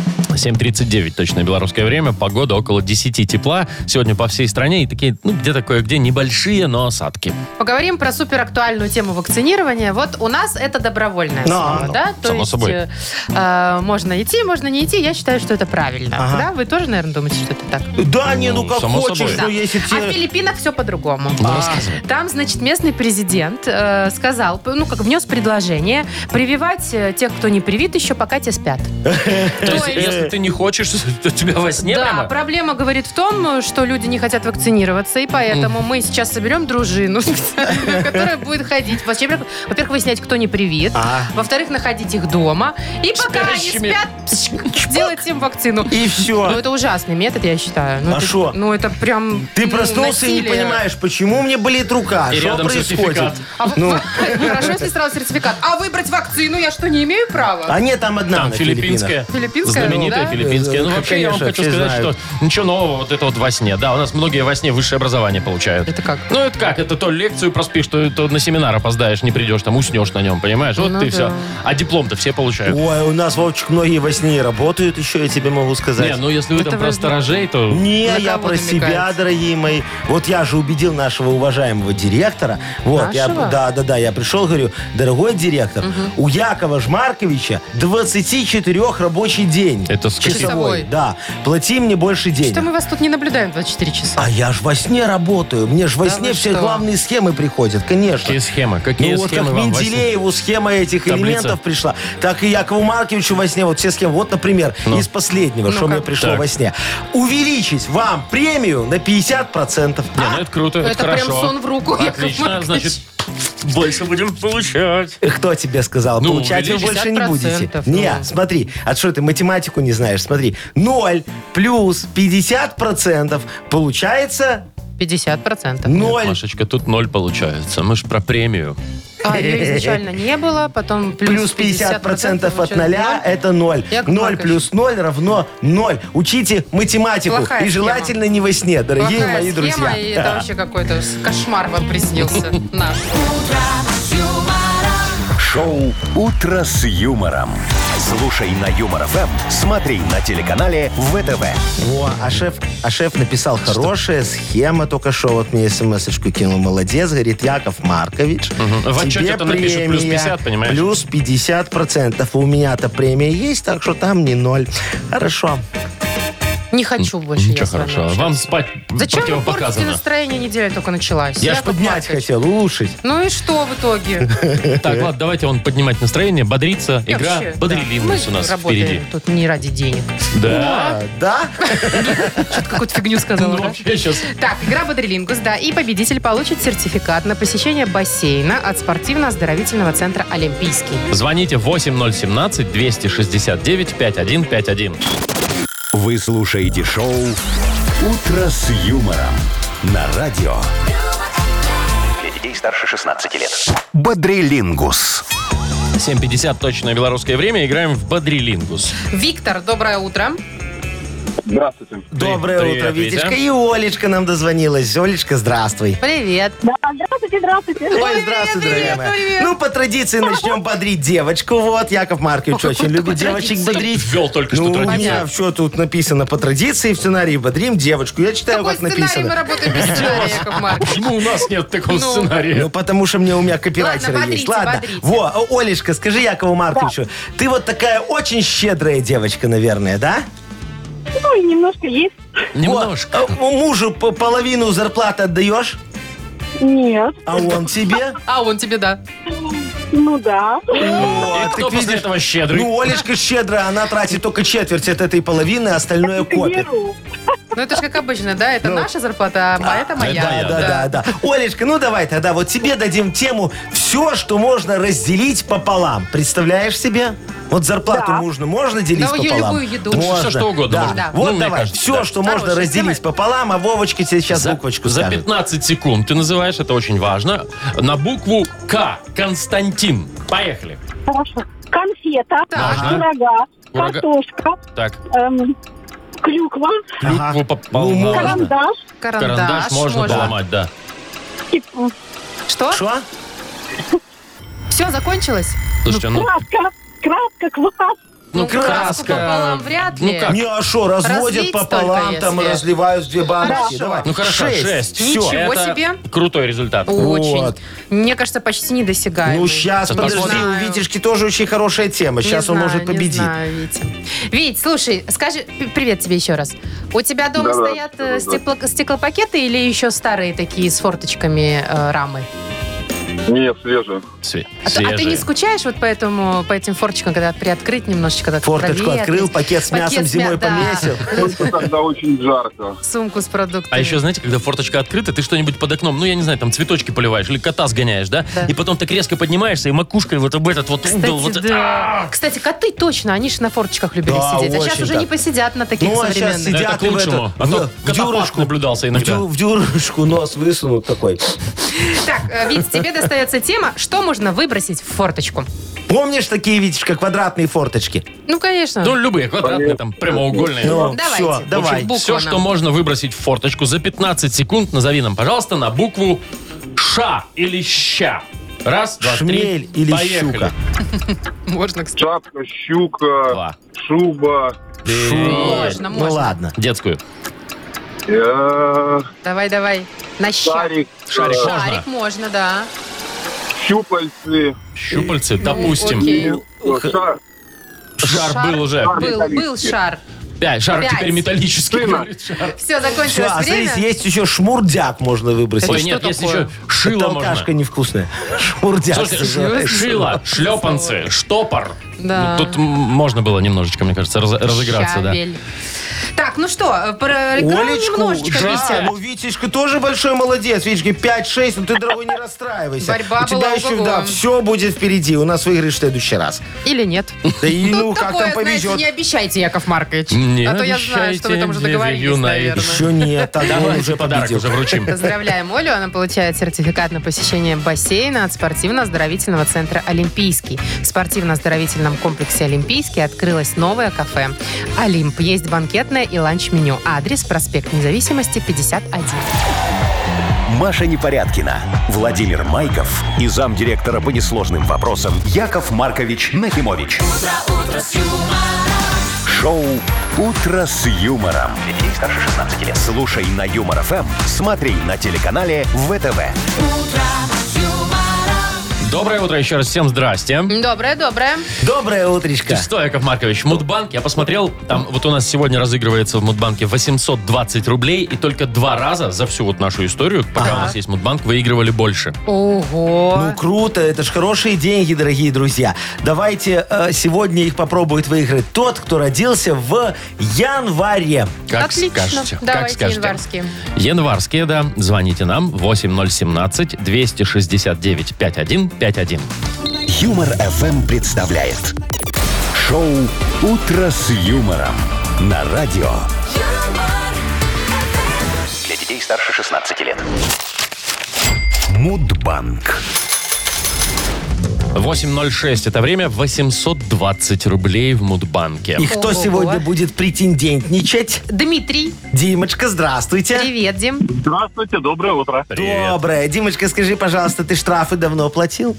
Speaker 2: 7.39, точное белорусское время. Погода около 10 тепла. Сегодня по всей стране и такие, ну, где такое, где небольшие, но осадки.
Speaker 3: Поговорим про суперактуальную тему вакцинирования. Вот у нас это добровольное
Speaker 4: Да.
Speaker 3: слово, да? То
Speaker 2: Само
Speaker 3: есть,
Speaker 2: собой.
Speaker 3: э, э, можно идти, можно не идти. Я считаю, что это правильно.
Speaker 4: Ага.
Speaker 3: Да? Вы тоже, наверное, думаете, что это так?
Speaker 4: Да, не, ну
Speaker 2: Ну,
Speaker 4: как
Speaker 2: само
Speaker 4: хочешь,
Speaker 2: собой.
Speaker 4: ну если
Speaker 3: А в
Speaker 4: тебе...
Speaker 3: Филиппинах все по-другому. А,
Speaker 2: Ну, рассказывай.
Speaker 3: Там, значит, местный президент э, сказал, п- ну, как внес предложение прививать э, тех, кто не привит еще, пока те спят.
Speaker 2: То есть,
Speaker 3: есть-
Speaker 2: если ты не хочешь, то тебя во сне
Speaker 3: да,
Speaker 2: прямо...
Speaker 3: проблема говорит в том, что люди не хотят вакцинироваться, и поэтому мы сейчас соберем дружину, которая будет ходить. Во-первых, во-первых, выяснять, кто не привит.
Speaker 4: А.
Speaker 3: Во-вторых, находить их дома. И пока они
Speaker 2: Спящими.
Speaker 3: спят, пш, делать им вакцину.
Speaker 4: И
Speaker 3: Ну,
Speaker 4: все.
Speaker 3: это ужасный метод, я считаю. Ну,
Speaker 4: А
Speaker 3: это-
Speaker 4: шо?
Speaker 3: Ну, это прям...
Speaker 4: Ты
Speaker 3: ну,
Speaker 4: проснулся и не
Speaker 3: насилие.
Speaker 4: понимаешь, почему мне болит рука,
Speaker 2: И
Speaker 4: что
Speaker 2: рядом
Speaker 4: происходит.
Speaker 2: сертификат.
Speaker 3: А вы-
Speaker 4: Ну.
Speaker 3: Хорошо, если сразу сертификат. А выбрать вакцину я что, не имею права?
Speaker 4: А нет, там одна
Speaker 2: Там
Speaker 4: на Филиппинах.
Speaker 2: филиппинская.
Speaker 3: Филиппинская,
Speaker 2: Знаменитая
Speaker 3: да?
Speaker 2: филиппинская. Ну,
Speaker 4: Э,
Speaker 2: вообще, я вам
Speaker 4: конечно,
Speaker 2: хочу
Speaker 4: все
Speaker 2: сказать,
Speaker 4: знают.
Speaker 2: что ничего нового вот это вот во сне. Да, у нас многие во сне высшее образование получают.
Speaker 3: Это как?
Speaker 2: Ну, это как? Это то лекцию проспишь, то, то на семинар опоздаешь, не придешь, там уснешь на нем, понимаешь? Вот
Speaker 3: Ну
Speaker 2: ты
Speaker 3: да.
Speaker 2: все. А диплом-то все получают.
Speaker 4: Ой, у нас, Вовчик, многие во сне и работают еще, я тебе могу сказать.
Speaker 2: Не, ну если вы
Speaker 3: Это
Speaker 2: там
Speaker 3: вы-
Speaker 2: про сторожей, то...
Speaker 4: Не,
Speaker 3: На
Speaker 4: я
Speaker 3: кого
Speaker 4: про себя,
Speaker 3: намекаете?
Speaker 4: дорогие мои. Вот я же убедил нашего уважаемого директора. Вот, я,
Speaker 3: Нашего?
Speaker 4: да, да, да, я пришел, говорю, дорогой директор, у Якова Жмарковича 24 рабочий день.
Speaker 2: Это с каких-
Speaker 3: Часовой.
Speaker 4: Да, плати мне больше денег.
Speaker 3: Что мы вас тут не наблюдаем 24 часа?
Speaker 4: А я ж во сне работаю. Мне ж во
Speaker 3: Да
Speaker 4: сне
Speaker 3: вы
Speaker 4: все
Speaker 3: что?
Speaker 4: главные схемы приходят, конечно.
Speaker 2: Какие схемы? Какие
Speaker 4: Ну вот как
Speaker 2: схемы вам во сне?
Speaker 4: Менделееву схема этих
Speaker 2: Таблица.
Speaker 4: элементов пришла, так и Якову Марковичу во сне вот все схемы. Вот, например, из последнего, что
Speaker 3: Ну-ка.
Speaker 4: мне пришло
Speaker 2: Ну. Так.
Speaker 4: во сне. Увеличить вам премию на А 50%.
Speaker 2: Не, ну это круто, это,
Speaker 3: Это прям
Speaker 2: хорошо.
Speaker 3: сон в руку, Яков
Speaker 2: Отлично,
Speaker 3: Маркович.
Speaker 2: значит, больше будем получать.
Speaker 4: А Кто тебе сказал?
Speaker 2: Ну,
Speaker 4: Получать вы
Speaker 2: увеличить.
Speaker 4: больше не будете.
Speaker 3: 50%,
Speaker 4: Не,
Speaker 3: ну.
Speaker 4: смотри, а что ты математику не знаешь? Смотри, 0 плюс 50% получается
Speaker 3: 50%.
Speaker 4: 0.
Speaker 2: Машечка, тут ноль получается. Мы ж про премию.
Speaker 3: А ее изначально не было, потом
Speaker 4: Плюс
Speaker 3: плюс
Speaker 4: 50%
Speaker 3: 50%
Speaker 4: от 0 это 0.
Speaker 3: Яков
Speaker 4: 0
Speaker 3: Маркович.
Speaker 4: плюс 0 равно 0. Учите математику.
Speaker 3: Плохая
Speaker 4: и
Speaker 3: схема.
Speaker 4: желательно не во сне, дорогие
Speaker 3: Плохая
Speaker 4: мои
Speaker 3: схема,
Speaker 4: друзья.
Speaker 3: и это вообще какой-то кошмар вам приснился наш.
Speaker 1: Шоу «Утро с юмором». Слушай на Юмор ФМ, смотри на телеканале ВТВ.
Speaker 4: Во, а шеф, а шеф написал хорошая схема только что. Вот мне смс-очку кинул. Молодец, говорит Яков Маркович.
Speaker 2: А В отчете там напишут плюс 50, понимаешь?
Speaker 4: Плюс 50 процентов. У меня-то премия есть, так что там не ноль. Хорошо.
Speaker 3: Не хочу больше я
Speaker 2: Ничего
Speaker 3: с вами
Speaker 2: хорошо.
Speaker 3: общаться.
Speaker 2: Вам спать
Speaker 3: Зачем вы портите
Speaker 2: противопоказано.
Speaker 3: настроение? Неделя только началась.
Speaker 4: Я, ж
Speaker 3: Яков
Speaker 4: поднять
Speaker 3: Маркович.
Speaker 4: хотел, улучшить.
Speaker 3: Ну и что в итоге?
Speaker 2: Так, ладно, давайте он поднимать настроение, бодриться.
Speaker 3: И
Speaker 2: Игра
Speaker 3: вообще,
Speaker 2: бодрелинность
Speaker 3: да.
Speaker 2: у нас
Speaker 3: Мы работаем
Speaker 2: впереди.
Speaker 3: тут не ради денег.
Speaker 2: Да.
Speaker 4: А, да?
Speaker 3: Что-то какую-то фигню сказала.
Speaker 2: Ну,
Speaker 3: да?
Speaker 2: вообще сейчас...
Speaker 3: Так, игра Бодрилингус, да, и победитель получит сертификат на посещение бассейна от спортивно-оздоровительного центра «Олимпийский».
Speaker 2: Звоните 8017-269-5151.
Speaker 1: Вы слушаете шоу «Утро с юмором» на радио
Speaker 5: Для детей старше 16 лет.
Speaker 1: «Бодрилингус».
Speaker 2: 7.50 точное белорусское время. Играем в Бодрилингус.
Speaker 3: Виктор, доброе утро.
Speaker 6: Здравствуйте.
Speaker 4: Доброе
Speaker 2: Привет,
Speaker 4: утро,
Speaker 2: Витя.
Speaker 4: Витечка. И Олечка нам дозвонилась. Олечка, здравствуй.
Speaker 3: Привет.
Speaker 7: Да, здравствуйте, здравствуйте.
Speaker 4: Ой, здравствуй,
Speaker 3: привет,
Speaker 4: дорогая
Speaker 3: привет,
Speaker 4: моя.
Speaker 3: привет.
Speaker 4: Ну, по традиции начнем бодрить девочку. Вот, Яков Маркович очень любит девочек бодрить.
Speaker 2: Ввел только что
Speaker 4: Ну, у
Speaker 2: традицию.
Speaker 4: меня все тут написано по традиции в сценарии «Бодрим девочку». Я читаю,
Speaker 3: Какой
Speaker 4: как
Speaker 3: сценарий мы
Speaker 4: написано. Ну,
Speaker 3: работаем без сценария, Яков Маркович?
Speaker 2: Почему у нас нет такого
Speaker 3: Ну.
Speaker 2: сценария?
Speaker 4: Ну, потому что мне у меня копирайтеры
Speaker 3: Ладно,
Speaker 4: есть.
Speaker 3: бодрите,
Speaker 4: Ладно.
Speaker 3: бодрите.
Speaker 4: Во, а, Олечка, скажи Якову Марковичу, ты вот такая очень щедрая девочка, наверное, да?
Speaker 7: Ну, и немножко есть.
Speaker 2: Ну, Немножко.
Speaker 4: Вот, а, мужу по- половину зарплаты отдаешь,
Speaker 7: Нет.
Speaker 4: а он тебе...
Speaker 3: А он тебе, да.
Speaker 7: Ну да.
Speaker 4: О,
Speaker 2: И
Speaker 4: Ну, а ты
Speaker 2: кто после
Speaker 4: видишь,
Speaker 2: этого щедрый?
Speaker 4: Ну, Олечка щедрая, она тратит только четверть от этой половины, а остальное копит.
Speaker 7: Беру.
Speaker 3: Ну это же как обычно, да? Это наша зарплата, а моя- это моя.
Speaker 2: да,
Speaker 4: Ну. Да, да, да. Олечка, ну давай тогда вот тебе дадим тему все, что можно разделить пополам. Представляешь себе? Вот зарплату
Speaker 7: Да.
Speaker 4: можно, можно делить
Speaker 3: Да, и
Speaker 4: пополам.
Speaker 3: любую еду.
Speaker 2: всё, что угодно
Speaker 4: Да.
Speaker 2: можно.
Speaker 3: Да.
Speaker 4: Вот
Speaker 2: Ну, мне
Speaker 4: давай,
Speaker 2: кажется,
Speaker 4: все,
Speaker 2: да.
Speaker 4: что
Speaker 3: Хороший,
Speaker 4: можно разделить
Speaker 3: давай.
Speaker 4: пополам, а Вовочка тебе сейчас
Speaker 2: За-
Speaker 4: буквочку
Speaker 2: За
Speaker 4: скажет.
Speaker 2: 15 секунд ты называешь, это очень важно. На букву К. Константин. Поехали.
Speaker 7: Хорошо. Конфета,
Speaker 2: Ага.
Speaker 7: пирога,
Speaker 2: Пирога.
Speaker 7: картошка,
Speaker 2: Так,
Speaker 7: эм, клюква,
Speaker 4: Ага.
Speaker 2: клюкву пополам.
Speaker 4: Ну, можно.
Speaker 7: карандаш.
Speaker 3: Карандаш,
Speaker 2: Карандаш можно поломать, да.
Speaker 7: и, м,
Speaker 3: Что?
Speaker 4: Что?
Speaker 3: Все, закончилось?
Speaker 2: Слушайте, ну,
Speaker 7: Краска, краска, квас.
Speaker 2: ну,
Speaker 3: краску
Speaker 2: краска.
Speaker 3: пополам вряд
Speaker 2: Ну
Speaker 3: ли.
Speaker 2: как?
Speaker 4: Не, а что, разводят
Speaker 3: Разлить
Speaker 4: пополам,
Speaker 3: только
Speaker 4: там
Speaker 3: если.
Speaker 4: разливают две баночки.
Speaker 3: Хорошо.
Speaker 4: Давай.
Speaker 2: Ну хорошо, 6.
Speaker 4: Все.
Speaker 3: Ничего себе.
Speaker 2: Крутой результат.
Speaker 3: Очень.
Speaker 4: Вот.
Speaker 3: Мне кажется, почти недосягаемый.
Speaker 4: Ну, сейчас,
Speaker 2: Это
Speaker 4: подожди,
Speaker 2: посмотрим.
Speaker 4: у Витишки тоже очень хорошая тема.
Speaker 3: Не
Speaker 4: Сейчас он
Speaker 3: знаю,
Speaker 4: может
Speaker 3: не
Speaker 4: победить.
Speaker 3: знаю, Витя. Вить, слушай, скажи, п- привет тебе еще раз. У тебя дома
Speaker 6: Да-да,
Speaker 3: стоят э,
Speaker 6: да-да.
Speaker 3: стекло- стеклопакеты или еще старые такие с форточками э, рамы?
Speaker 6: Нет, свежие.
Speaker 2: Све-
Speaker 3: А, ты- а ты не
Speaker 2: свежие.
Speaker 3: скучаешь вот по, этому, по этим форточкам, когда приоткрыть немножечко? Так,
Speaker 4: Форточку
Speaker 3: проветрить?
Speaker 4: открыл, пакет с
Speaker 3: Пакет
Speaker 4: мясом
Speaker 3: с мя-
Speaker 4: зимой
Speaker 3: да.
Speaker 4: помесил.
Speaker 6: Только когда очень жарко.
Speaker 3: Сумку с продуктами.
Speaker 2: А еще, знаете, когда форточка открыта, ты что-нибудь под окном, ну, я не знаю, там цветочки поливаешь или кота сгоняешь, да?
Speaker 3: Да.
Speaker 2: И потом так резко поднимаешься и макушкой вот об этот вот
Speaker 3: Кстати,
Speaker 2: угол. Вот...
Speaker 3: да. Кстати, коты точно, они же на форточках любили
Speaker 4: Да,
Speaker 3: сидеть. А сейчас
Speaker 4: очень
Speaker 3: уже
Speaker 4: так.
Speaker 3: не посидят на таких
Speaker 4: Ну, а сейчас
Speaker 3: современных.
Speaker 2: Да
Speaker 4: сидят
Speaker 2: это к
Speaker 4: и в
Speaker 2: лучшему.
Speaker 4: этот,
Speaker 2: А то
Speaker 4: в- в
Speaker 2: котопад
Speaker 4: дюрочку.
Speaker 2: наблюдался
Speaker 4: В,
Speaker 2: иногда.
Speaker 4: дю- в дюрочку нос высунул такой.
Speaker 3: Так, э, Вить, тебе достается тема, что можно выбросить в форточку.
Speaker 4: Помнишь такие, Витюшка, квадратные форточки?
Speaker 3: Ну, конечно.
Speaker 2: Ну, любые, квадратные, там, прямоугольные.
Speaker 4: Ну,
Speaker 3: Давайте. В
Speaker 4: все,
Speaker 3: общем,
Speaker 2: В
Speaker 4: давай.
Speaker 2: общем, все,
Speaker 3: Буква
Speaker 2: что
Speaker 3: нам.
Speaker 2: можно выбросить в форточку за 15 секунд, назови нам, пожалуйста, на букву Ша или Ща. Раз, два,
Speaker 4: Шмель
Speaker 2: три.
Speaker 4: или
Speaker 2: Поехали.
Speaker 4: щука?
Speaker 3: Можно, кстати.
Speaker 6: Шапка, щука,
Speaker 2: Два.
Speaker 6: шуба.
Speaker 3: Можно,
Speaker 4: Ну
Speaker 3: можно.
Speaker 4: ладно.
Speaker 2: Детскую.
Speaker 6: э,
Speaker 3: Давай, давай. На ща.
Speaker 6: Шарик.
Speaker 2: Шарик.
Speaker 6: э,
Speaker 3: Шарик можно, да.
Speaker 6: Щупальцы.
Speaker 2: Щупальцы, допустим.
Speaker 3: окей.
Speaker 6: э, шар-
Speaker 2: Шар,
Speaker 3: Шар.
Speaker 2: был уже.
Speaker 6: Шар.
Speaker 3: Был, был шар.
Speaker 2: Пять. Шар
Speaker 3: Пять.
Speaker 2: теперь металлический.
Speaker 6: Сына.
Speaker 2: говорит, шар.
Speaker 3: Все,
Speaker 4: Все,
Speaker 3: закончилось
Speaker 4: а
Speaker 3: время.
Speaker 4: смотрите, есть еще шмурдяк можно выбросить.
Speaker 2: Ой,
Speaker 3: что
Speaker 2: нет, есть
Speaker 3: такое?
Speaker 2: еще шило
Speaker 4: Это
Speaker 2: можно.
Speaker 4: алкашка невкусная.
Speaker 3: А
Speaker 4: Шмурдяк.
Speaker 2: Слушайте,
Speaker 4: называется.
Speaker 2: шило, шлепанцы, штопор.
Speaker 3: Да.
Speaker 2: Ну, Тут м, можно было немножечко, мне кажется, раз- разыграться, да.
Speaker 3: Щавель. Так, ну что, э, проиграл
Speaker 4: Олечку,
Speaker 3: немножечко,
Speaker 4: да,
Speaker 3: Витя.
Speaker 4: ну Витечка тоже большой молодец. Витечка, 5-6, ну ты, дорогой, не расстраивайся.
Speaker 3: Борьба
Speaker 4: У тебя
Speaker 3: была
Speaker 4: еще,
Speaker 3: ого-го.
Speaker 4: да, все будет впереди. У нас выиграешь в следующий раз.
Speaker 3: Или нет.
Speaker 4: Да и ну,
Speaker 3: Тут
Speaker 4: как
Speaker 3: такое,
Speaker 4: там повезет.
Speaker 3: знаете, не обещайте, Яков Маркович.
Speaker 2: Не
Speaker 3: а то я знаю, что вы там уже
Speaker 2: обещайте,
Speaker 3: договорились,
Speaker 2: Юнай.
Speaker 3: наверное.
Speaker 4: Еще нет, тогда он
Speaker 2: Давай
Speaker 4: уже
Speaker 2: уже подарок
Speaker 4: победил.
Speaker 2: уже вручим.
Speaker 3: Поздравляем Олю. Она получает сертификат на посещение бассейна от спортивно-оздоровительного центра «Олимпийский». В спортивно-оздоровительном комплексе «Олимпийский» открылось новое кафе «Олимп». Есть банкетное и ланч-меню. Адрес проспект Независимости, 51.
Speaker 1: Маша Непорядкина, Владимир Майков и замдиректора по несложным вопросам Яков Маркович Нахимович. Шоу Утро с юмором. Для детей старше 16 лет. Слушай на юмор ФМ, смотри на телеканале ВТВ.
Speaker 2: Доброе утро еще раз. Всем здрасте.
Speaker 3: Доброе, доброе.
Speaker 4: Доброе утречко.
Speaker 2: Что, Яков Маркович, Мудбанк, я посмотрел, там вот у нас сегодня разыгрывается в Мудбанке 820 рублей, и только два раза за всю вот нашу историю, пока у нас есть Мудбанк, выигрывали больше.
Speaker 3: Ого.
Speaker 4: Ну, круто, это ж хорошие деньги, дорогие друзья. Давайте э, сегодня их попробует выиграть тот, кто родился в январе.
Speaker 2: Как
Speaker 3: Отлично.
Speaker 2: скажете. как
Speaker 3: Давайте
Speaker 2: скажете.
Speaker 3: январские.
Speaker 2: Январские, да. Звоните нам 8017-269-5151.
Speaker 1: Юмор ФМ представляет. Шоу Утро с юмором на радио.
Speaker 5: Для детей старше 16 лет.
Speaker 1: Мудбанк.
Speaker 2: 8.06 это время, 820 рублей в Мудбанке.
Speaker 4: И кто
Speaker 3: Ого.
Speaker 4: сегодня будет претендентничать?
Speaker 3: Дмитрий,
Speaker 4: Димочка, здравствуйте.
Speaker 3: привет, Дим.
Speaker 6: Здравствуйте, доброе утро.
Speaker 4: Доброе. Димочка, скажи, пожалуйста, ты штрафы давно платил?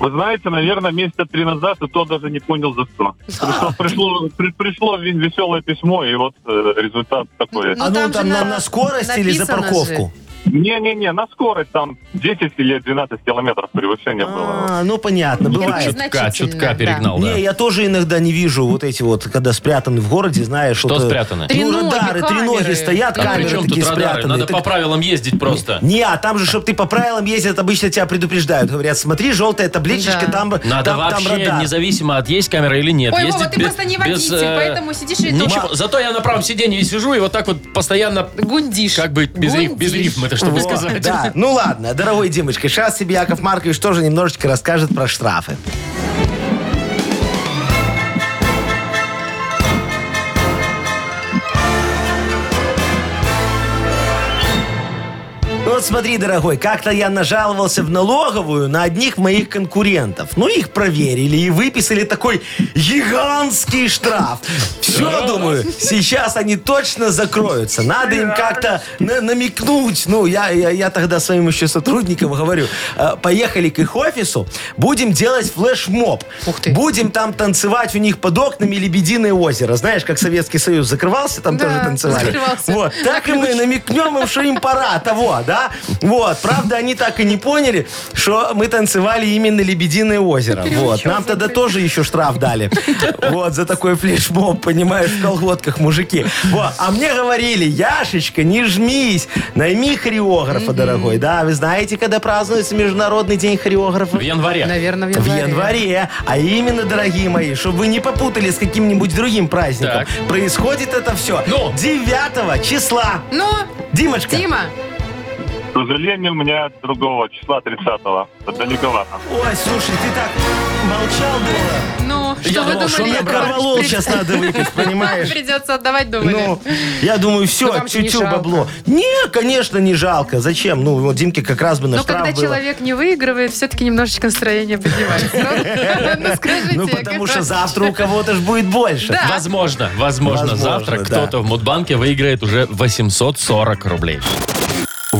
Speaker 6: Вы знаете, наверное, месяца три назад, и то даже не понял за что.
Speaker 2: А.
Speaker 6: Пришло, пришло, при- пришло ве- веселое письмо, и вот э, результат такой.
Speaker 3: Ну,
Speaker 4: а ну
Speaker 3: там
Speaker 4: там,
Speaker 3: же на-
Speaker 4: на, на скорость или за
Speaker 3: написано
Speaker 4: парковку?
Speaker 6: Не-не-не, на скорость там 10 или 12 километров превышения было.
Speaker 4: А, ну понятно,
Speaker 3: Бывает.
Speaker 4: бывает.
Speaker 2: Чутка,
Speaker 3: Незначительно,
Speaker 2: чутка
Speaker 3: да.
Speaker 2: перегнал, да.
Speaker 4: Не, я тоже иногда не вижу вот эти вот, когда спрятаны в городе, знаешь,
Speaker 2: Что
Speaker 4: вот, э,
Speaker 2: спрятаны?
Speaker 3: Треноги,
Speaker 4: ну, радары,
Speaker 3: камеры.
Speaker 4: треноги стоят,
Speaker 2: А при
Speaker 4: камеры
Speaker 2: чем
Speaker 4: такие
Speaker 2: тут радары?
Speaker 4: спрятаны.
Speaker 2: Надо
Speaker 4: Так-
Speaker 2: по правилам ездить просто.
Speaker 4: Не, а там же, чтобы ты по правилам ездил, обычно тебя предупреждают. Говорят, смотри, желтая табличечка,
Speaker 3: Да.
Speaker 4: там,
Speaker 2: Надо
Speaker 4: там, там
Speaker 2: вообще,
Speaker 4: радар.
Speaker 2: независимо от есть камера или нет.
Speaker 3: Ой,
Speaker 2: ездить
Speaker 3: Вова, ты
Speaker 2: бе-
Speaker 3: просто не водитель,
Speaker 2: без, э,
Speaker 3: поэтому сидишь и тут
Speaker 2: Ничего. Зато я на правом сиденье сижу и вот так вот постоянно
Speaker 3: гундишь.
Speaker 2: как бы без, риф- без
Speaker 3: Гундишь.
Speaker 2: рифма, это чтобы
Speaker 4: Вот,
Speaker 2: сказать.
Speaker 4: да. Ну ладно, дорогой Димочка, сейчас тебе Яков Маркович тоже немножечко расскажет про штрафы. Ну вот смотри, дорогой, как-то я нажаловался в налоговую на одних моих конкурентов. Ну, их проверили и выписали такой гигантский штраф. Все, думаю, сейчас они точно закроются. Надо им как-то на- намекнуть. Ну, я, я, я тогда своим еще сотрудникам говорю, «Э, поехали к их офису, будем делать флешмоб.
Speaker 3: Ух ты.
Speaker 4: Будем там танцевать у них под окнами Лебединое озеро. Знаешь, как Советский Союз закрывался, там
Speaker 3: Да,
Speaker 4: тоже танцевали.
Speaker 3: закрывался.
Speaker 4: Вот, так и мы намекнем им, что им пора того, да? Вот, правда, они так и не поняли, что мы танцевали именно «Лебединое озеро». Вот, нам тогда тоже еще штраф дали. Вот, за такой флешмоб, понимаешь, в колготках мужики. Вот, а мне говорили, Яшечка, не жмись, найми хореографа, дорогой. Да, вы знаете, когда празднуется Международный день хореографа?
Speaker 2: В январе.
Speaker 3: Наверное, в
Speaker 4: В
Speaker 3: январе.
Speaker 4: январе. А именно, дорогие мои, чтобы вы не попутали с каким-нибудь другим праздником.
Speaker 2: Так.
Speaker 4: Происходит это все
Speaker 2: Ну?
Speaker 4: 9 числа.
Speaker 3: Ну,
Speaker 4: Димочка.
Speaker 3: Дима,
Speaker 6: К сожалению, у меня другого числа 30-го. Это Далековато.
Speaker 4: Ой, слушай, ты так молчал, было.
Speaker 3: ну, что
Speaker 2: Я
Speaker 3: вы
Speaker 2: думал, что
Speaker 3: думали?
Speaker 2: он
Speaker 4: Я
Speaker 3: Яков Маркович,
Speaker 4: корвалол
Speaker 3: прид-
Speaker 4: сейчас надо выпить, понимаешь?
Speaker 3: Придется отдавать, думали.
Speaker 4: Ну, я думаю,
Speaker 3: Ну,
Speaker 4: все,
Speaker 3: вам же не
Speaker 4: чуть-чуть
Speaker 3: жалко.
Speaker 4: бабло. Не, конечно, не жалко. Зачем? Ну, вот Димке как раз бы на
Speaker 3: Но
Speaker 4: штраф
Speaker 3: когда
Speaker 4: было.
Speaker 3: человек не выигрывает, все-таки немножечко настроение поднимается. Ну, скажите.
Speaker 4: Ну,
Speaker 3: Яков
Speaker 4: потому что
Speaker 3: Маркович.
Speaker 4: завтра у кого-то ж будет больше.
Speaker 3: Да.
Speaker 2: Возможно, возможно,
Speaker 4: Возможно,
Speaker 2: завтра
Speaker 4: да.
Speaker 2: кто-то в Мудбанке выиграет уже 840 рублей.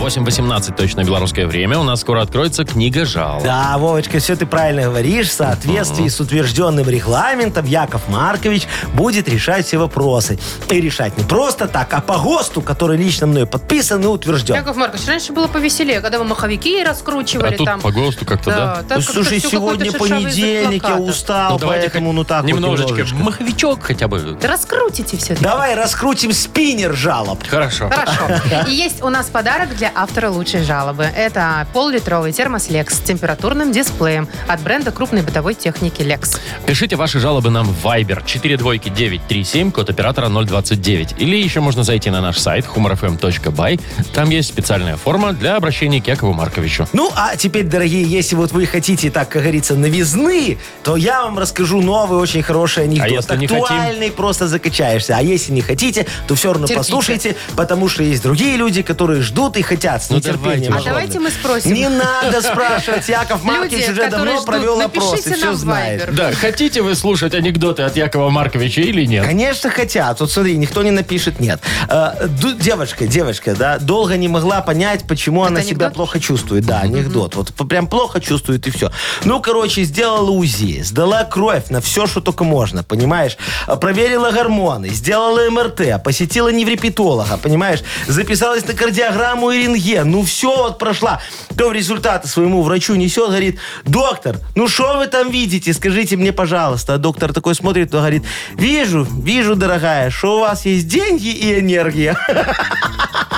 Speaker 2: 8.18 точно белорусское время. У нас скоро откроется книга жалоб.
Speaker 4: Да, Вовочка, все ты правильно говоришь. В соответствии с утвержденным регламентом Яков Маркович будет решать все вопросы. И решать не просто так, а по ГОСТу, который лично мной подписан и утвержден.
Speaker 3: Яков Маркович, раньше было повеселее, когда вы маховики
Speaker 2: А
Speaker 3: раскручивали
Speaker 2: тут
Speaker 3: там.
Speaker 2: по ГОСТу как-то, да?
Speaker 3: Да, так как-то
Speaker 4: Ну, Слушай,
Speaker 3: всё какой-то
Speaker 4: сегодня
Speaker 3: шершавый язык
Speaker 4: понедельник, я
Speaker 3: плакатов.
Speaker 4: устал, поэтому
Speaker 2: хоть
Speaker 4: ну так вот
Speaker 2: немножечко.
Speaker 4: немножечко.
Speaker 2: Маховичок хотя бы.
Speaker 3: Да раскрутите все
Speaker 4: Давай раскрутим спиннер жалоб.
Speaker 2: Хорошо.
Speaker 3: Хорошо. И есть у нас подарок для автора лучшей жалобы. Это пол-литровый термос Lex с температурным дисплеем от бренда крупной бытовой техники Lex.
Speaker 2: Пишите ваши жалобы нам в Viber 42937, код оператора 029. Или еще можно зайти на наш сайт humorfm.by. Там есть специальная форма для обращения к Якову Марковичу.
Speaker 4: Ну, а теперь, дорогие, если вот вы хотите, так как говорится, новизны, то я вам расскажу новый, очень хороший анекдот.
Speaker 2: А если не хотим?
Speaker 4: Актуальный, просто закачаешься. А если не хотите, то все равно
Speaker 3: Терпите.
Speaker 4: послушайте, потому что есть другие люди, которые ждут и хотят с
Speaker 2: Ну, давайте
Speaker 4: нетерпением.
Speaker 2: уже.
Speaker 3: А
Speaker 4: ждут.
Speaker 3: давайте мы спросим.
Speaker 4: Не надо спрашивать, Яков Маркович
Speaker 3: Люди,
Speaker 4: уже
Speaker 3: которые
Speaker 4: давно
Speaker 3: ждут,
Speaker 4: провел опрос,
Speaker 3: напишите
Speaker 4: и все
Speaker 3: нам в
Speaker 4: знает.
Speaker 3: Viber.
Speaker 2: Да, хотите вы слушать анекдоты от Якова Марковича или нет?
Speaker 4: Конечно, хотят. Вот смотри, никто не напишет нет. Э, ду- девочка, девочка, да, долго не могла понять, почему она себя
Speaker 3: анекдот?
Speaker 4: плохо чувствует. Да, анекдот. Вот п- прям плохо чувствует и все. Ну, короче, сделала УЗИ, сдала кровь на все, что только можно, понимаешь? Э, Проверила гормоны, сделала МРТ, посетила неврепетолога, понимаешь? Записалась на кардиограмму и рентген. Ну, все, вот прошла. То результаты своему врачу несет, говорит, доктор, ну что вы там видите? Скажите мне, пожалуйста. А доктор такой смотрит, но говорит, вижу, вижу, дорогая, что у вас есть деньги и энергия.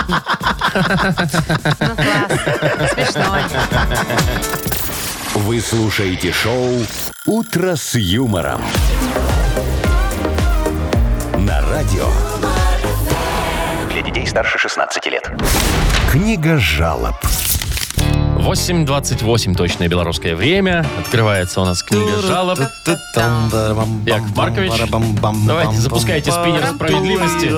Speaker 3: Ну, класс. Смешно.
Speaker 1: Вы слушаете шоу «Утро с юмором» на радио.
Speaker 5: Для детей старше 16 лет.
Speaker 1: Книга жалоб.
Speaker 2: 8.28 точное белорусское время. Открывается у нас книга жалоб. Яков Маркович, давайте, запускайте спиннер справедливости.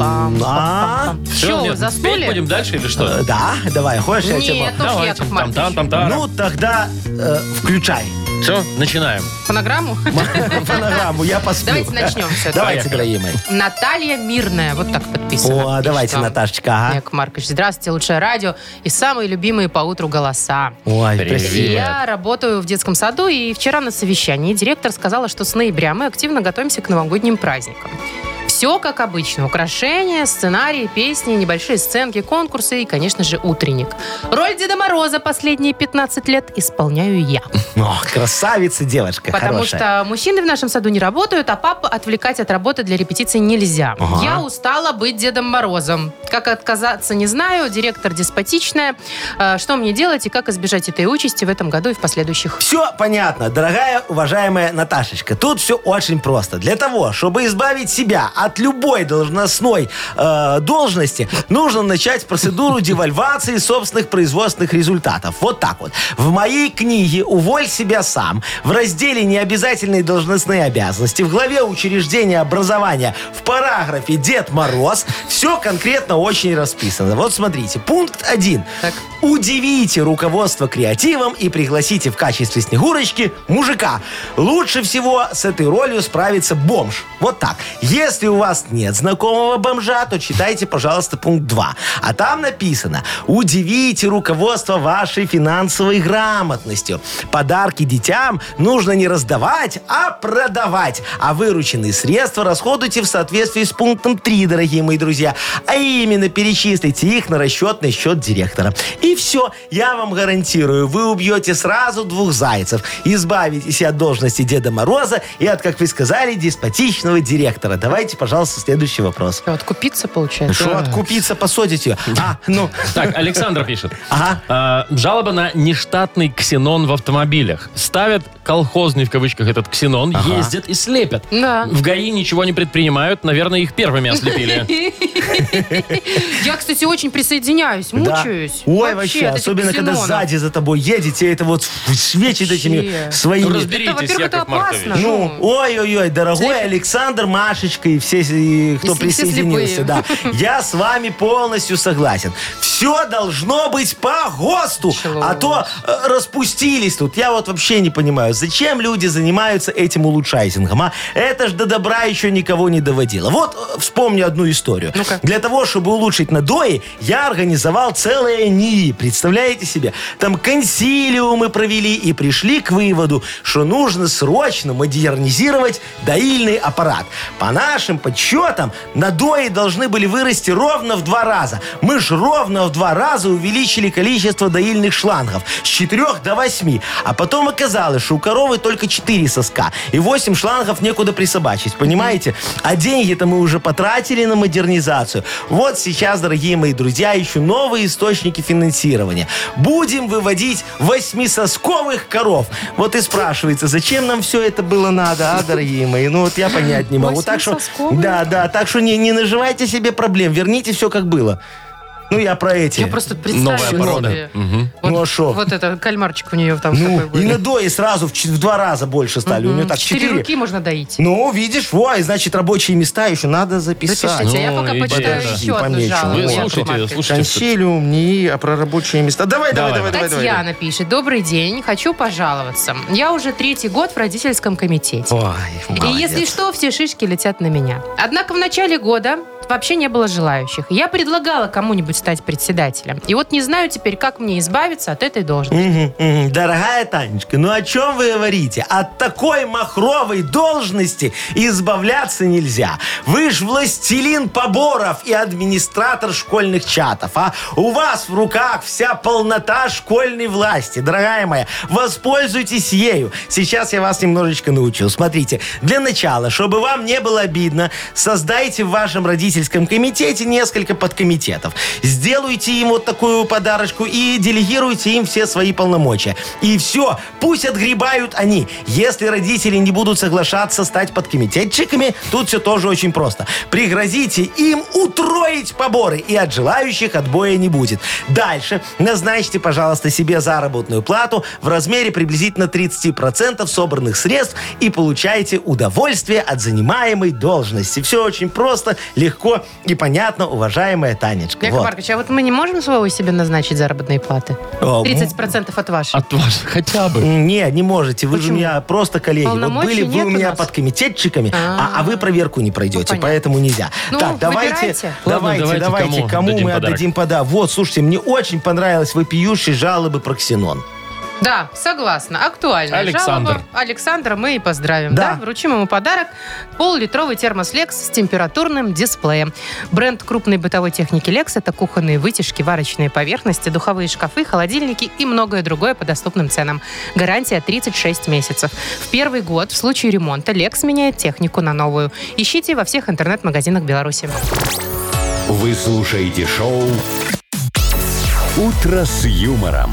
Speaker 4: А?
Speaker 2: Всё,
Speaker 3: Чё,
Speaker 2: нет,
Speaker 3: заснули?
Speaker 2: Петь будем дальше или
Speaker 4: Э,
Speaker 2: что?
Speaker 4: Да, давай, хочешь, я тебе...
Speaker 3: Нет,
Speaker 4: по-
Speaker 3: уж
Speaker 2: Давайте,
Speaker 3: Яков
Speaker 2: там,
Speaker 3: Маркович.
Speaker 2: там, там, там.
Speaker 4: Ну, тогда э, включай
Speaker 2: Все, начинаем.
Speaker 3: Фонограмму?
Speaker 4: фонограмму, я посплю.
Speaker 3: Давайте начнем все.
Speaker 2: Поехали.
Speaker 4: Давайте, дорогие мои.
Speaker 3: Наталья Мирная, вот так подписано.
Speaker 4: О, а давайте, Наташечка, ага.
Speaker 3: Яков Маркович, здравствуйте, лучшее радио и самые любимые по утру голоса.
Speaker 4: Ой,
Speaker 2: Привет.
Speaker 4: прости.
Speaker 3: Я работаю в детском саду, и вчера на совещании директор сказала, что с ноября мы активно готовимся к новогодним праздникам. Все как обычно. Украшения, сценарии, песни, небольшие сценки, конкурсы и, конечно же, утренник. Роль Деда Мороза последние 15 лет исполняю я.
Speaker 4: Ох, красавица девочка
Speaker 3: Потому
Speaker 4: хорошая.
Speaker 3: что мужчины в нашем саду не работают, а папу отвлекать от работы для репетиции нельзя.
Speaker 4: Ага.
Speaker 3: Я устала быть Дедом Морозом. Как отказаться, не знаю. Директор деспотичная. Э, Что мне делать и как избежать этой участи в этом году и в последующих?
Speaker 4: Все понятно, дорогая, уважаемая Наташечка. Тут все очень просто. Для того, чтобы избавить себя от любой должностной э, должности, нужно начать процедуру девальвации собственных производственных результатов. Вот так вот. В моей книге «Уволь себя сам» в разделе «Необязательные должностные обязанности» в главе «Учреждение образования» в параграфе «Дед Мороз» все конкретно очень расписано. Вот смотрите. Пункт 1.
Speaker 3: Так.
Speaker 4: Удивите руководство креативом и пригласите в качестве снегурочки мужика. Лучше всего с этой ролью справится бомж. Вот так. Если у вас нет знакомого бомжа, то читайте, пожалуйста, пункт 2. А там написано, удивите руководство вашей финансовой грамотностью. Подарки детям нужно не раздавать, а продавать. А вырученные средства расходуйте в соответствии с пунктом 3, дорогие мои друзья. А именно перечислите их на расчетный счет директора. И все, я вам гарантирую, вы убьете сразу двух зайцев. Избавитесь от должности Деда Мороза и от, как вы сказали, деспотичного директора. Давайте, пожалуйста, следующий вопрос.
Speaker 3: Что, откупиться получается?
Speaker 4: Что откупиться, посадить ее? А, ну,
Speaker 2: Так, Александр пишет.
Speaker 4: ага.
Speaker 2: А, Жалоба на нештатный ксенон в автомобилях. Ставят колхозный, в кавычках, этот ксенон, ездят и слепят.
Speaker 3: Да.
Speaker 2: В ГАИ ничего не предпринимают, наверное, их первыми ослепили.
Speaker 3: Я, кстати, очень присоединяюсь,
Speaker 4: Да.
Speaker 3: мучаюсь.
Speaker 4: Ой, вообще,
Speaker 3: от этих
Speaker 4: особенно когда
Speaker 3: ксенонов.
Speaker 4: сзади за тобой едете, это вот свечит
Speaker 3: Вообще.
Speaker 4: этими
Speaker 2: Ну,
Speaker 4: своими.
Speaker 3: Это,
Speaker 2: Разберитесь,
Speaker 3: во-первых, это
Speaker 2: Яков
Speaker 3: опасно.
Speaker 2: Маркович.
Speaker 4: Ну, ой-ой-ой, дорогой
Speaker 3: Слепит.
Speaker 4: Александр, Машечка и все, и кто
Speaker 3: все
Speaker 4: присоединился,
Speaker 3: слепые.
Speaker 4: да. Я с вами полностью согласен. Все должно быть по ГОСТу,
Speaker 3: Чего
Speaker 4: а то э, распустились тут. Я вот вообще не понимаю, зачем люди занимаются этим улучшайзингом, а? Это ж до добра еще никого не доводило. Вот э, вспомню одну историю.
Speaker 3: Ну-ка.
Speaker 4: Для того, чтобы улучшить надои, я организовал целое НИИ. Представляете себе? Там консилиумы провели и пришли к выводу, что нужно срочно модернизировать доильный аппарат. По нашим подсчетам, надои должны были вырасти ровно в два раза. Мы ж ровно в два раза увеличили количество доильных шлангов с 4 до 8. А потом оказалось, что у коровы только 4 соска и 8 шлангов некуда присобачить. Понимаете? А деньги-то мы уже потратили на модернизацию. Вот сейчас, дорогие мои друзья, ищу новые источники финансирования. Будем выводить восьмисосковых коров. Вот и спрашивается, зачем нам все это было надо, а, дорогие мои? Ну вот я понять не могу. Так что,
Speaker 3: Восьмисосковые?
Speaker 4: да, А, да, так что не, не наживайте себе проблем, верните все как было. Ну я про эти.
Speaker 3: Я просто представила
Speaker 2: порода.
Speaker 3: себе. Вот,
Speaker 4: Ну, а шо?
Speaker 3: Вот это, кальмарчик у нее там
Speaker 4: Ну,
Speaker 3: такой
Speaker 4: и
Speaker 3: был.
Speaker 4: надои сразу в, ч- в два раза больше стали. У нее так
Speaker 3: Четыре
Speaker 4: четыре.
Speaker 3: руки можно доить.
Speaker 4: Ну, видишь, во, и значит, рабочие места еще надо записать.
Speaker 3: Запишите, я
Speaker 2: ну,
Speaker 3: пока
Speaker 2: и
Speaker 3: почитаю
Speaker 2: подожди,
Speaker 3: еще одну
Speaker 4: помечу.
Speaker 3: жалобу.
Speaker 2: Вы
Speaker 4: Ой,
Speaker 3: Яков
Speaker 2: слушайте,
Speaker 3: Маркович.
Speaker 2: слушайте.
Speaker 4: Консилиум, НИИ, а про рабочие места. Давай, давай,
Speaker 2: Давай.
Speaker 4: давай, давай. давай.
Speaker 3: Татьяна пишет. Добрый день, хочу пожаловаться. Я уже третий год в родительском комитете.
Speaker 4: Ой,
Speaker 3: И если
Speaker 4: молодец.
Speaker 3: что, все шишки летят на меня. Однако в начале года вообще не было желающих. Я предлагала кому-нибудь стать председателем. И вот не знаю теперь, как мне избавиться от этой должности.
Speaker 4: Мгм, мгм. Дорогая Танечка, ну о чем вы говорите? От такой махровой должности избавляться нельзя. Вы ж властелин поборов и администратор школьных чатов, а? У вас в руках вся полнота школьной власти, дорогая моя. Воспользуйтесь ею. Сейчас я вас немножечко научу. Смотрите, для начала, чтобы вам не было обидно, создайте в вашем родительском родительском комитете несколько подкомитетов. Сделайте им вот такую подарочку и делегируйте им все свои полномочия. И все, пусть отгребают они. Если родители не будут соглашаться стать подкомитетчиками, тут все тоже очень просто. Пригрозите им утроить поборы, и от желающих отбоя не будет. Дальше назначьте, пожалуйста, себе заработную плату в размере приблизительно 30% собранных средств и получайте удовольствие от занимаемой должности. Все очень просто, легко и понятно, уважаемая Танечка.
Speaker 3: Яков
Speaker 4: Ну, Вот.
Speaker 3: Маркович, а вот мы не можем свою себе назначить заработные платы?
Speaker 4: О,
Speaker 3: 30% от вашей.
Speaker 2: От вас хотя бы.
Speaker 4: Не, не можете. Вы же у
Speaker 3: Почему?
Speaker 4: меня просто коллеги. Вот
Speaker 3: Полномочий
Speaker 4: были вы
Speaker 3: нет
Speaker 4: у
Speaker 3: у
Speaker 4: меня
Speaker 3: нас?
Speaker 4: под комитетчиками, а,
Speaker 3: А.
Speaker 4: а вы проверку не пройдете,
Speaker 3: понятно.
Speaker 4: поэтому нельзя.
Speaker 3: Ну,
Speaker 4: так, давайте,
Speaker 3: выбирайте.
Speaker 2: Ладно,
Speaker 4: давайте,
Speaker 2: давайте,
Speaker 4: давайте,
Speaker 2: кому
Speaker 4: кому,
Speaker 2: дадим
Speaker 4: мы
Speaker 2: подарок?
Speaker 4: отдадим подарок. Вот, слушайте, мне очень понравилось вопиющие жалобы про ксенон.
Speaker 3: Да, согласна. Актуально.
Speaker 2: Александр.
Speaker 3: Александра мы и поздравим.
Speaker 4: Да.
Speaker 3: Да. Вручим ему подарок. Пол-литровый термос Lex с температурным дисплеем. Бренд крупной бытовой техники Lex – это кухонные вытяжки, варочные поверхности, духовые шкафы, холодильники и многое другое по доступным ценам. Гарантия 36 месяцев. В первый год в случае ремонта Lex меняет технику на новую. Ищите во всех интернет-магазинах Беларуси.
Speaker 1: Вы слушаете шоу «Утро с юмором»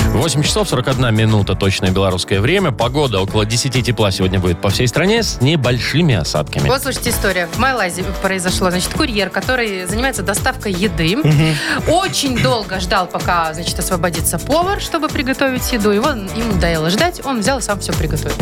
Speaker 2: 8 часов 41 минута, точное белорусское время. Погода около 10 тепла сегодня будет по всей стране с небольшими осадками.
Speaker 3: Вот слушайте история. В Малайзии произошло. Значит, курьер, который занимается доставкой еды, очень долго ждал, пока, значит, освободится повар, чтобы приготовить еду. Его ему надоело ждать, он взял и сам все приготовил.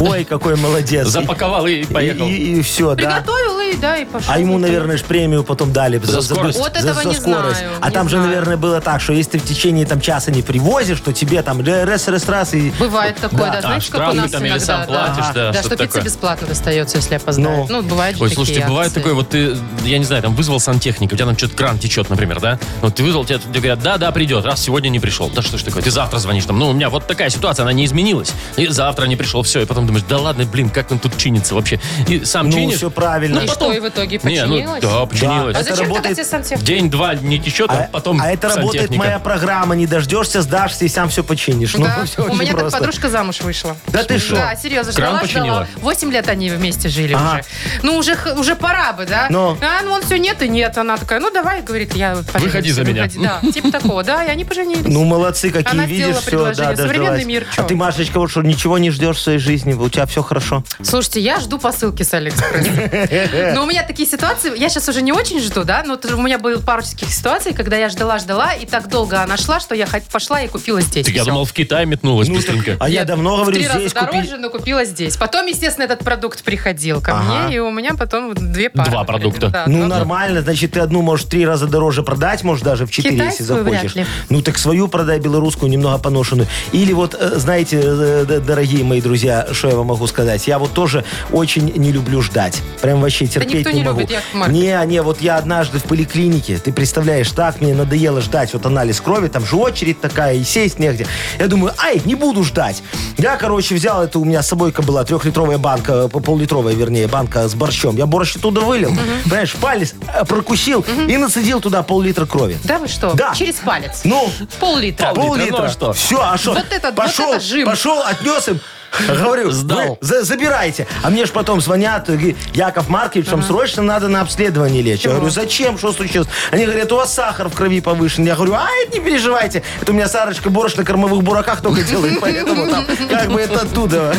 Speaker 4: Ой, какой молодец.
Speaker 2: Запаковал и поехал.
Speaker 4: И, все, да.
Speaker 3: Приготовил и да, и пошел.
Speaker 4: А ему, наверное, ж премию потом дали. б
Speaker 2: За скорость.
Speaker 3: Вот этого не знаю,
Speaker 4: А
Speaker 3: не
Speaker 4: там же,
Speaker 3: знаю.
Speaker 4: наверное, было так, что если ты в течение там часа не привозишь, то тебе там раз-раз-раз и... ну,
Speaker 3: Бывает такое, да,
Speaker 4: Да.
Speaker 3: знаешь,
Speaker 2: А,
Speaker 3: как у
Speaker 2: штрафы
Speaker 3: нас
Speaker 2: там или
Speaker 3: иногда.
Speaker 2: сам платишь, да,
Speaker 3: да
Speaker 2: что-то
Speaker 3: что пицца
Speaker 2: такое.
Speaker 3: бесплатно достается, если опоздаю. Ну, бывает же
Speaker 2: Ой,
Speaker 3: такие
Speaker 2: слушайте, бывает
Speaker 3: акции.
Speaker 2: такое, вот ты, я не знаю, там вызвал сантехника, у тебя там что-то кран течет, например, да? Вот ты вызвал, тебе, тебе говорят, да, да, придет, раз сегодня не пришел. Да что ж такое, ты завтра звонишь там, ну, у меня вот такая ситуация, она не изменилась. И завтра не пришел, все, и потом думаешь, да ладно, блин, как он тут чинится вообще? И сам
Speaker 4: Ну,
Speaker 2: чинишь.
Speaker 4: все правильно.
Speaker 3: Ну, и что, и в итоге
Speaker 2: Не, ну,
Speaker 3: починилось?
Speaker 2: да, починилось.
Speaker 3: А
Speaker 4: это
Speaker 3: зачем тогда
Speaker 4: работает-
Speaker 3: тебе сам тебе?
Speaker 2: День-два не течет, а,
Speaker 4: А,
Speaker 2: потом
Speaker 4: а это работает
Speaker 2: сантехника.
Speaker 4: моя программа. Не дождешься, сдашься и сам все починишь.
Speaker 3: Да,
Speaker 4: Ну, все
Speaker 3: у
Speaker 4: очень
Speaker 3: меня так
Speaker 4: просто.
Speaker 3: подружка замуж вышла.
Speaker 4: Да ты что?
Speaker 3: Да, серьезно,
Speaker 2: Кран
Speaker 3: ждала, ждала.
Speaker 2: починила?
Speaker 3: Восемь лет они вместе жили
Speaker 4: Ага.
Speaker 3: уже. Ну, уже, х- уже пора бы, да?
Speaker 4: Ну.
Speaker 3: А, ну, он все нет и нет. Она такая, ну, давай, говорит, я поженюсь.
Speaker 2: Выходи за меня.
Speaker 3: Выходи. Да, типа такого, да, и они поженились.
Speaker 4: Ну, молодцы, какие
Speaker 3: Она
Speaker 4: видишь,
Speaker 3: сделала
Speaker 4: все, да,
Speaker 3: предложение. Современный
Speaker 4: дождалась.
Speaker 3: мир,
Speaker 4: а
Speaker 3: чё?
Speaker 4: ты, Машечка, вот что, ничего не ждешь в своей жизни, у тебя все хорошо.
Speaker 3: Слушайте, я жду посылки с Алиэкспресса. Но у меня такие ситуации, я сейчас уже не очень жду, да, но т- у меня было пару таких ситуаций, когда я ждала-ждала, и так долго она шла, что я хоть пошла и купила здесь.
Speaker 2: Так я
Speaker 3: Всё.
Speaker 2: думал, в Китай метнулась быстренько.
Speaker 4: А я
Speaker 3: Нет,
Speaker 4: давно
Speaker 3: в
Speaker 4: говорю,
Speaker 3: три раза
Speaker 4: здесь
Speaker 3: дороже,
Speaker 4: купи.
Speaker 3: но купила здесь. Потом, естественно, этот продукт приходил ко
Speaker 4: Ага.
Speaker 3: мне, и у меня потом две пары.
Speaker 2: Два продукта.
Speaker 3: Да,
Speaker 4: Ну,
Speaker 3: два
Speaker 4: нормально, значит, ты одну можешь в три раза дороже продать, можешь даже в четыре, если
Speaker 3: Китайскую вряд
Speaker 4: захочешь.
Speaker 3: ли.
Speaker 4: Ну, так свою продай, белорусскую, немного поношенную. Или вот, э, знаете, э, д- дорогие мои друзья, что я вам могу сказать? Я вот тоже очень не люблю ждать. Прям вообще терпеть
Speaker 3: никто не
Speaker 4: могу.
Speaker 3: любит, Яков Маркович.
Speaker 4: не, не, вот я однажды в поликлинике, ты представляешь, так мне надоело ждать вот анализ крови, там же очередь такая, и сесть негде. Я думаю, ай, не буду ждать. Я, короче, взял это, у меня с собой была трехлитровая банка, э, пол-литровая, вернее, банка с борщом. Я борщ оттуда вылил, понимаешь, палец э, прокусил и нацедил туда пол-литра крови.
Speaker 3: Да вы что?
Speaker 4: Да.
Speaker 3: Через палец.
Speaker 4: Ну,
Speaker 3: Пол-литра.
Speaker 2: ну
Speaker 4: Пол-литра.
Speaker 2: а что?
Speaker 4: Все, а что?
Speaker 3: Вот это- вот
Speaker 4: пошел,
Speaker 3: это жим.
Speaker 4: Пошел, отнес им. Говорю,
Speaker 2: Сдал.
Speaker 4: вы за- забирайте. А мне ж потом звонят, говорит, Яков Маркович, вам срочно надо на обследование лечь. Я говорю, зачем, что случилось? Они говорят, у вас сахар в крови повышен. Я говорю, а это не переживайте. Это у меня Сарочка борщ на кормовых бураках только делает, поэтому там как бы это оттуда.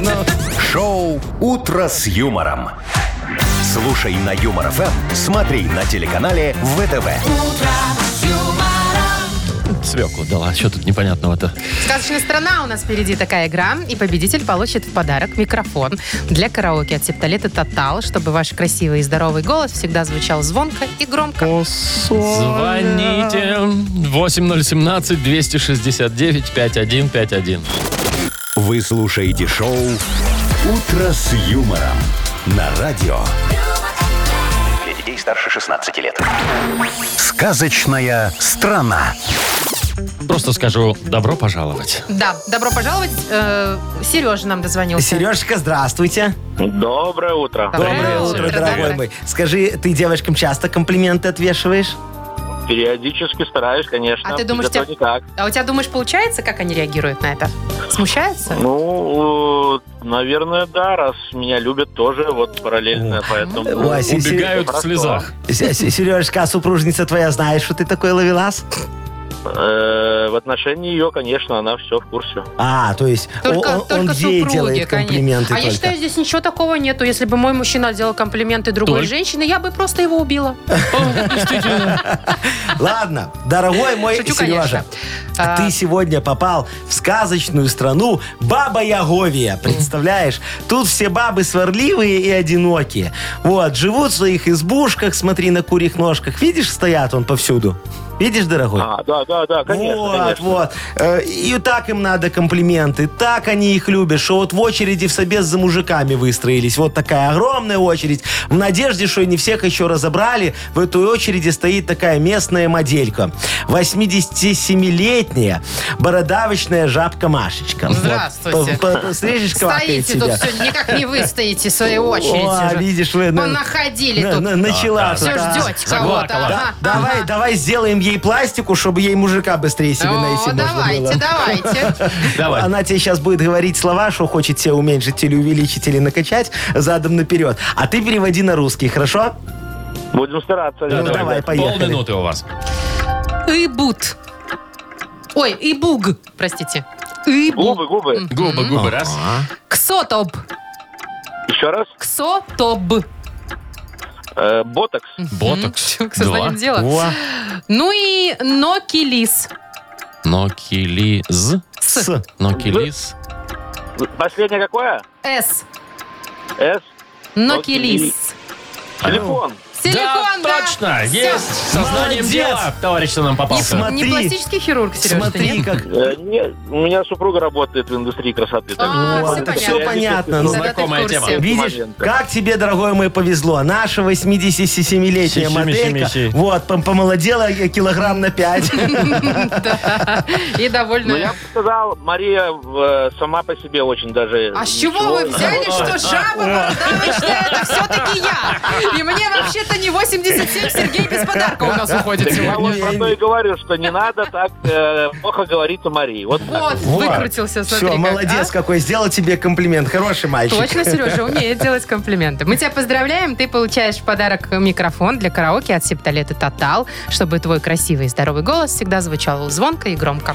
Speaker 4: Ну,
Speaker 1: Шоу «Утро с юмором». Слушай на Юмор ФМ, смотри на телеканале ВТВ.
Speaker 2: Свеклу дала, что тут непонятного-то?
Speaker 3: Сказочная страна у нас впереди такая игра, и победитель получит в подарок микрофон для караоке от септолета Тотал, чтобы ваш красивый и здоровый голос всегда звучал звонко и громко.
Speaker 2: Звоните 8017-269-5151.
Speaker 1: Вы слушаете шоу «Утро с юмором» на радио.
Speaker 5: Для детей старше 16 лет.
Speaker 1: Сказочная страна.
Speaker 2: Просто скажу добро пожаловать.
Speaker 3: Да, добро пожаловать. Э, Сережа нам дозвонился.
Speaker 4: Сережка, здравствуйте.
Speaker 6: Доброе утро.
Speaker 3: Доброе
Speaker 4: Доброе
Speaker 2: Привет,
Speaker 4: утро,
Speaker 2: Сережа.
Speaker 4: дорогой мой. Скажи, ты девочкам часто комплименты отвешиваешь?
Speaker 8: Периодически стараюсь, конечно.
Speaker 3: А ты думаешь,
Speaker 8: Зато
Speaker 3: тебя-
Speaker 8: никак.
Speaker 3: А у тебя, думаешь, получается, как они реагируют на это? Смущаются?
Speaker 8: Ну, э, наверное, да, раз меня любят тоже, вот параллельно, поэтому...
Speaker 4: Ой, Се- Се-
Speaker 2: Убегают в
Speaker 8: Хорошо.
Speaker 2: слезах.
Speaker 4: Се- Се- Сережка, а супружница твоя, знаешь, что ты такой ловелас?
Speaker 8: Э, В отношении ее, конечно, она все в курсе.
Speaker 4: А, то есть
Speaker 3: Только,
Speaker 4: он- он,
Speaker 3: только
Speaker 4: ей
Speaker 3: супруги,
Speaker 4: делает
Speaker 3: конечно.
Speaker 4: комплименты
Speaker 3: А
Speaker 4: только.
Speaker 3: я считаю, здесь ничего такого нету. Если бы мой мужчина делал комплименты другой
Speaker 2: Толь.
Speaker 3: женщине, я бы просто его убила.
Speaker 4: Ладно, дорогой мой
Speaker 3: Шучу,
Speaker 4: Сережа.
Speaker 3: конечно. А,
Speaker 4: Э, Ты сегодня попал в сказочную страну Баба Яговия, представляешь? Тут все бабы сварливые и одинокие. Вот, живут в своих избушках, смотри, на курьих ножках. Видишь, стоят он повсюду. Видишь, дорогой?
Speaker 8: А, да, да, да, конечно,
Speaker 4: вот,
Speaker 8: конечно.
Speaker 4: вот. Э, И так им надо комплименты, так они их любят, что вот в очереди в собес за мужиками выстроились. Вот такая огромная очередь. В надежде, что не всех еще разобрали, в этой очереди стоит такая местная моделька. 87-летняя бородавочная жабка Машечка. Вот.
Speaker 3: Здравствуйте.
Speaker 4: По- по- Слышишь, квакает
Speaker 3: Стоите
Speaker 4: себя?
Speaker 3: тут все, никак не выстоите в своей
Speaker 4: О,
Speaker 3: очереди.
Speaker 4: видишь, вы... на-
Speaker 3: Вы находили
Speaker 4: на-
Speaker 3: тут.
Speaker 4: на- Начала.
Speaker 3: Все
Speaker 4: тут, а.
Speaker 3: ждете кого-то.
Speaker 2: Заплакала.
Speaker 4: Да,
Speaker 3: ага,
Speaker 4: давай,
Speaker 3: ага.
Speaker 4: давай сделаем ей пластику, чтобы ей мужика быстрее себе найти
Speaker 3: О,
Speaker 4: можно было.
Speaker 3: давайте, давайте.
Speaker 2: Давай.
Speaker 4: Она тебе сейчас будет говорить слова, что хочет тебе уменьшить или увеличить, или накачать задом наперед. А ты переводи на русский, хорошо?
Speaker 8: Будем стараться.
Speaker 4: Ну,
Speaker 8: Лена.
Speaker 4: давай, поехали.
Speaker 2: Полминуты у вас.
Speaker 3: Ибут. Ой, ибуг, простите. Ибуг.
Speaker 8: Губы, губы.
Speaker 2: Губы, губы, раз.
Speaker 3: Ксотоб.
Speaker 8: Еще раз.
Speaker 3: Ксотоб.
Speaker 8: Э, ботокс.
Speaker 2: Ботокс,
Speaker 3: Всё, К сознаниям
Speaker 2: два.
Speaker 3: дела.
Speaker 4: Во.
Speaker 3: Ну и нокилис.
Speaker 2: Нокилиз.
Speaker 4: С.
Speaker 2: Нокилиз.
Speaker 8: Последнее какое?
Speaker 3: С.
Speaker 8: С.
Speaker 3: Нокилис.
Speaker 8: Телефон.
Speaker 4: А.
Speaker 3: Силикон, да!
Speaker 2: да, точно!
Speaker 3: Всё.
Speaker 2: Есть! Сознанием
Speaker 4: Молодец.
Speaker 2: дела, товарищ, что нам попался.
Speaker 4: Смотри.
Speaker 3: Не пластический хирург, Сережа,
Speaker 4: Смотри,
Speaker 3: нет?
Speaker 4: как...
Speaker 8: Э, не- у меня супруга работает в индустрии красоты. так
Speaker 3: А,
Speaker 8: что
Speaker 3: всё понятно.
Speaker 4: Все
Speaker 8: это
Speaker 4: понятно.
Speaker 2: Ну,
Speaker 4: Ну,
Speaker 3: Да, да, ты в
Speaker 2: знакомая
Speaker 3: курсе.
Speaker 2: тема.
Speaker 4: Видишь,
Speaker 8: Момента.
Speaker 4: как тебе, дорогой мой, повезло. Наша 87-летняя
Speaker 2: Щи-щи-ми-щи-ми-щи.
Speaker 4: моделька, вот, пом- помолодела э, килограмм на 5.
Speaker 3: Да. И
Speaker 8: Ну, я
Speaker 3: довольно...
Speaker 8: бы сказал, Мария э, сама по себе очень даже...
Speaker 3: А с чего
Speaker 8: Ну,
Speaker 3: вы взяли, что жаба бородавочная, это все-таки я? И мне вообще-то не 87, Сергей без подарка у нас уходит
Speaker 8: Так я
Speaker 3: сегодня.
Speaker 8: вот про то и говорю, что не надо так э, плохо говорить о Марии. Вот так.
Speaker 3: Вот, выкрутился, смотри
Speaker 4: Все,
Speaker 3: как,
Speaker 4: молодец
Speaker 3: а?
Speaker 4: какой. Сделал тебе комплимент. Хороший мальчик.
Speaker 3: Точно, Сережа умеет делать комплименты. Мы тебя поздравляем. Ты получаешь в подарок микрофон для караоке от Септолета Тотал, чтобы твой красивый и здоровый голос всегда звучал звонко и громко.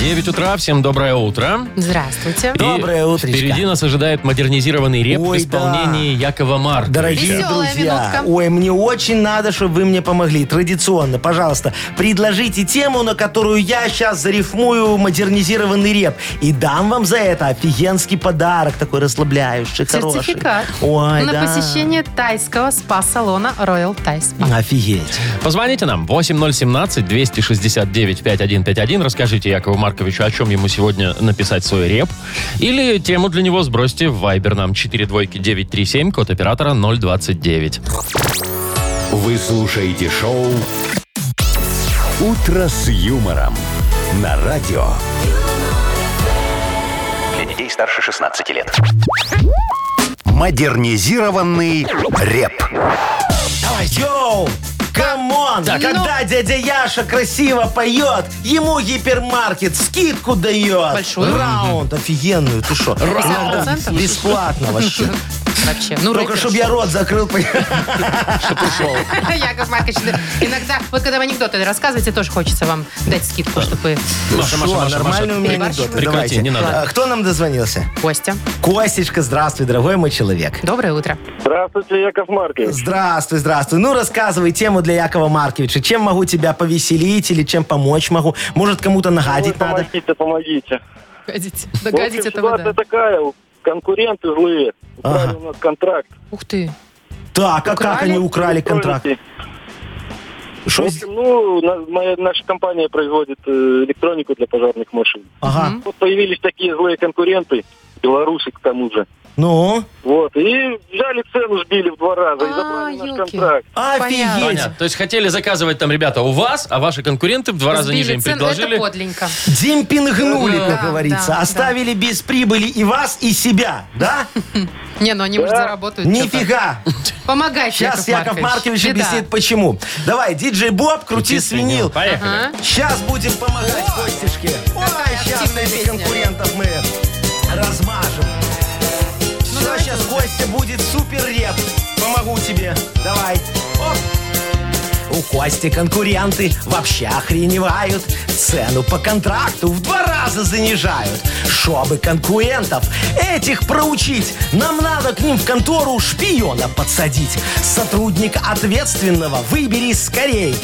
Speaker 2: 9 утра, всем доброе утро.
Speaker 3: Здравствуйте.
Speaker 2: И
Speaker 4: Доброе утречко.
Speaker 2: Впереди нас ожидает модернизированный реп в
Speaker 4: Ой,
Speaker 2: исполнении Якова Марка.
Speaker 4: Дорогие
Speaker 3: Веселая
Speaker 4: друзья,
Speaker 3: минутка.
Speaker 4: ой, мне очень надо, чтобы вы мне помогли. Традиционно, пожалуйста, предложите тему, на которую я сейчас зарифмую модернизированный реп. И дам вам за это офигенский подарок, такой расслабляющий, хороший.
Speaker 3: Сертификат
Speaker 4: Ой,
Speaker 3: на
Speaker 4: да.
Speaker 3: посещение тайского спа-салона Royal Thai Spa.
Speaker 4: Офигеть.
Speaker 2: Позвоните нам 8017-269-5151. Расскажите Якову Марковичу, о чем ему сегодня написать свой реп. Или тему для него сбросьте в Viber нам 42937, код оператора 029.
Speaker 1: Вы слушаете шоу «Утро с юмором» на радио.
Speaker 5: Для детей старше 16 лет.
Speaker 1: Модернизированный реп.
Speaker 4: Йоу! Камон! Ну. Когда дядя Яша красиво поет, ему гипермаркет скидку дает.
Speaker 3: Большую?
Speaker 4: Раунд офигенную, ты что? Иногда
Speaker 3: 50%?
Speaker 4: Бесплатно вообще.
Speaker 3: Вообще, ну,
Speaker 4: Только
Speaker 3: рэпер.
Speaker 4: чтобы я рот закрыл.
Speaker 3: Яков Маркович, да, иногда, вот когда вы анекдоты рассказываете, тоже хочется вам дать скидку, чтобы
Speaker 2: Маша, Маша,
Speaker 4: Шо,
Speaker 2: Маша,
Speaker 4: нормальный
Speaker 2: Маша.
Speaker 4: у меня
Speaker 3: Перебарщиваем.
Speaker 4: анекдот.
Speaker 2: Прекрати,
Speaker 4: Давайте.
Speaker 2: не надо.
Speaker 4: А, Кто нам дозвонился?
Speaker 3: Костя.
Speaker 4: Костечка, здравствуй, дорогой мой человек.
Speaker 3: Доброе утро.
Speaker 8: Здравствуйте, Яков Маркович.
Speaker 4: Здравствуй, здравствуй. Ну, рассказывай тему для Якова Марковича. Чем могу тебя повеселить или чем помочь могу? Может, кому-то нагадить надо?
Speaker 8: помогите, помогите.
Speaker 3: Догодите,
Speaker 8: В общем,
Speaker 3: догодите этого, да.
Speaker 8: ситуация такая, у- конкуренты злые. Украли
Speaker 4: Ага.
Speaker 8: у нас контракт.
Speaker 3: Ух ты.
Speaker 4: Так, а как
Speaker 3: Украли?
Speaker 4: они украли контракт?
Speaker 8: Электроники. В
Speaker 4: Шо с-
Speaker 8: общем, ну, на- моя- наша компания производит э, электронику для пожарных машин.
Speaker 4: Ага.
Speaker 8: Вот появились такие злые конкуренты. белорусы к тому же.
Speaker 4: Ну?
Speaker 8: Вот, и взяли цену, сбили в два раза и
Speaker 3: А,
Speaker 8: забрали наш
Speaker 3: ёлки.
Speaker 8: контракт.
Speaker 4: Офигеть!
Speaker 2: Понятно. То есть хотели заказывать там, ребята, у вас, а ваши конкуренты в два раза
Speaker 3: Сбили
Speaker 2: ниже им
Speaker 3: цену,
Speaker 2: предложили.
Speaker 3: Это подленько.
Speaker 4: Демпингнули,
Speaker 3: Да,
Speaker 4: как говорится.
Speaker 3: да,
Speaker 4: Оставили без прибыли и вас, и себя. Да?
Speaker 3: Не, ну они, может, заработают. что-то.
Speaker 4: Нифига!
Speaker 3: Помогай,
Speaker 4: Сейчас Яков Маркович
Speaker 3: Беда.
Speaker 4: объяснит, почему. Давай, диджей Боб, крути свинил.
Speaker 2: Поехали.
Speaker 3: Ага.
Speaker 4: Сейчас будем помогать Костишке. Ой, сейчас
Speaker 3: активная
Speaker 4: этих
Speaker 3: песня.
Speaker 4: конкурентов мы размажем.
Speaker 3: Ну,
Speaker 4: Все, сейчас Костя будет супер реп. Помогу тебе. Давай. Оп. У Кости конкуренты вообще охреневают. Цену по контракту в два раза занижают. Чтобы конкурентов этих проучить, нам надо к ним в контору шпиона подсадить. Сотрудник ответственного выбери скорей.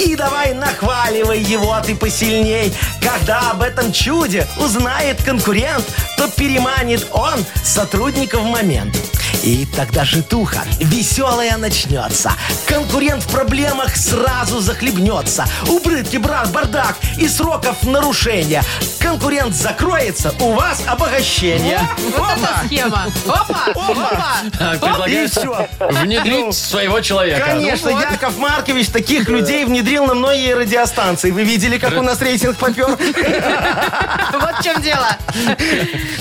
Speaker 4: И давай нахваливай его а ты посильней. Когда об этом чуде узнает конкурент, то переманит он сотрудника в момент. И тогда житуха веселая начнется. Конкурент в проблемах сразу захлебнется. Убытки, брат, бардак и сроков нарушения. Конкурент закроется, у вас обогащение.
Speaker 3: Вот эта схема. Опа! Опа!
Speaker 2: Так,
Speaker 4: И
Speaker 2: предлагаю
Speaker 4: все. Ну,
Speaker 2: внедрить своего
Speaker 4: а
Speaker 2: человека.
Speaker 4: Конечно, Яков Маркович таких людей внедрил на многие радиостанции. Вы видели, как у нас рейтинг попер?
Speaker 3: Вот в чем дело.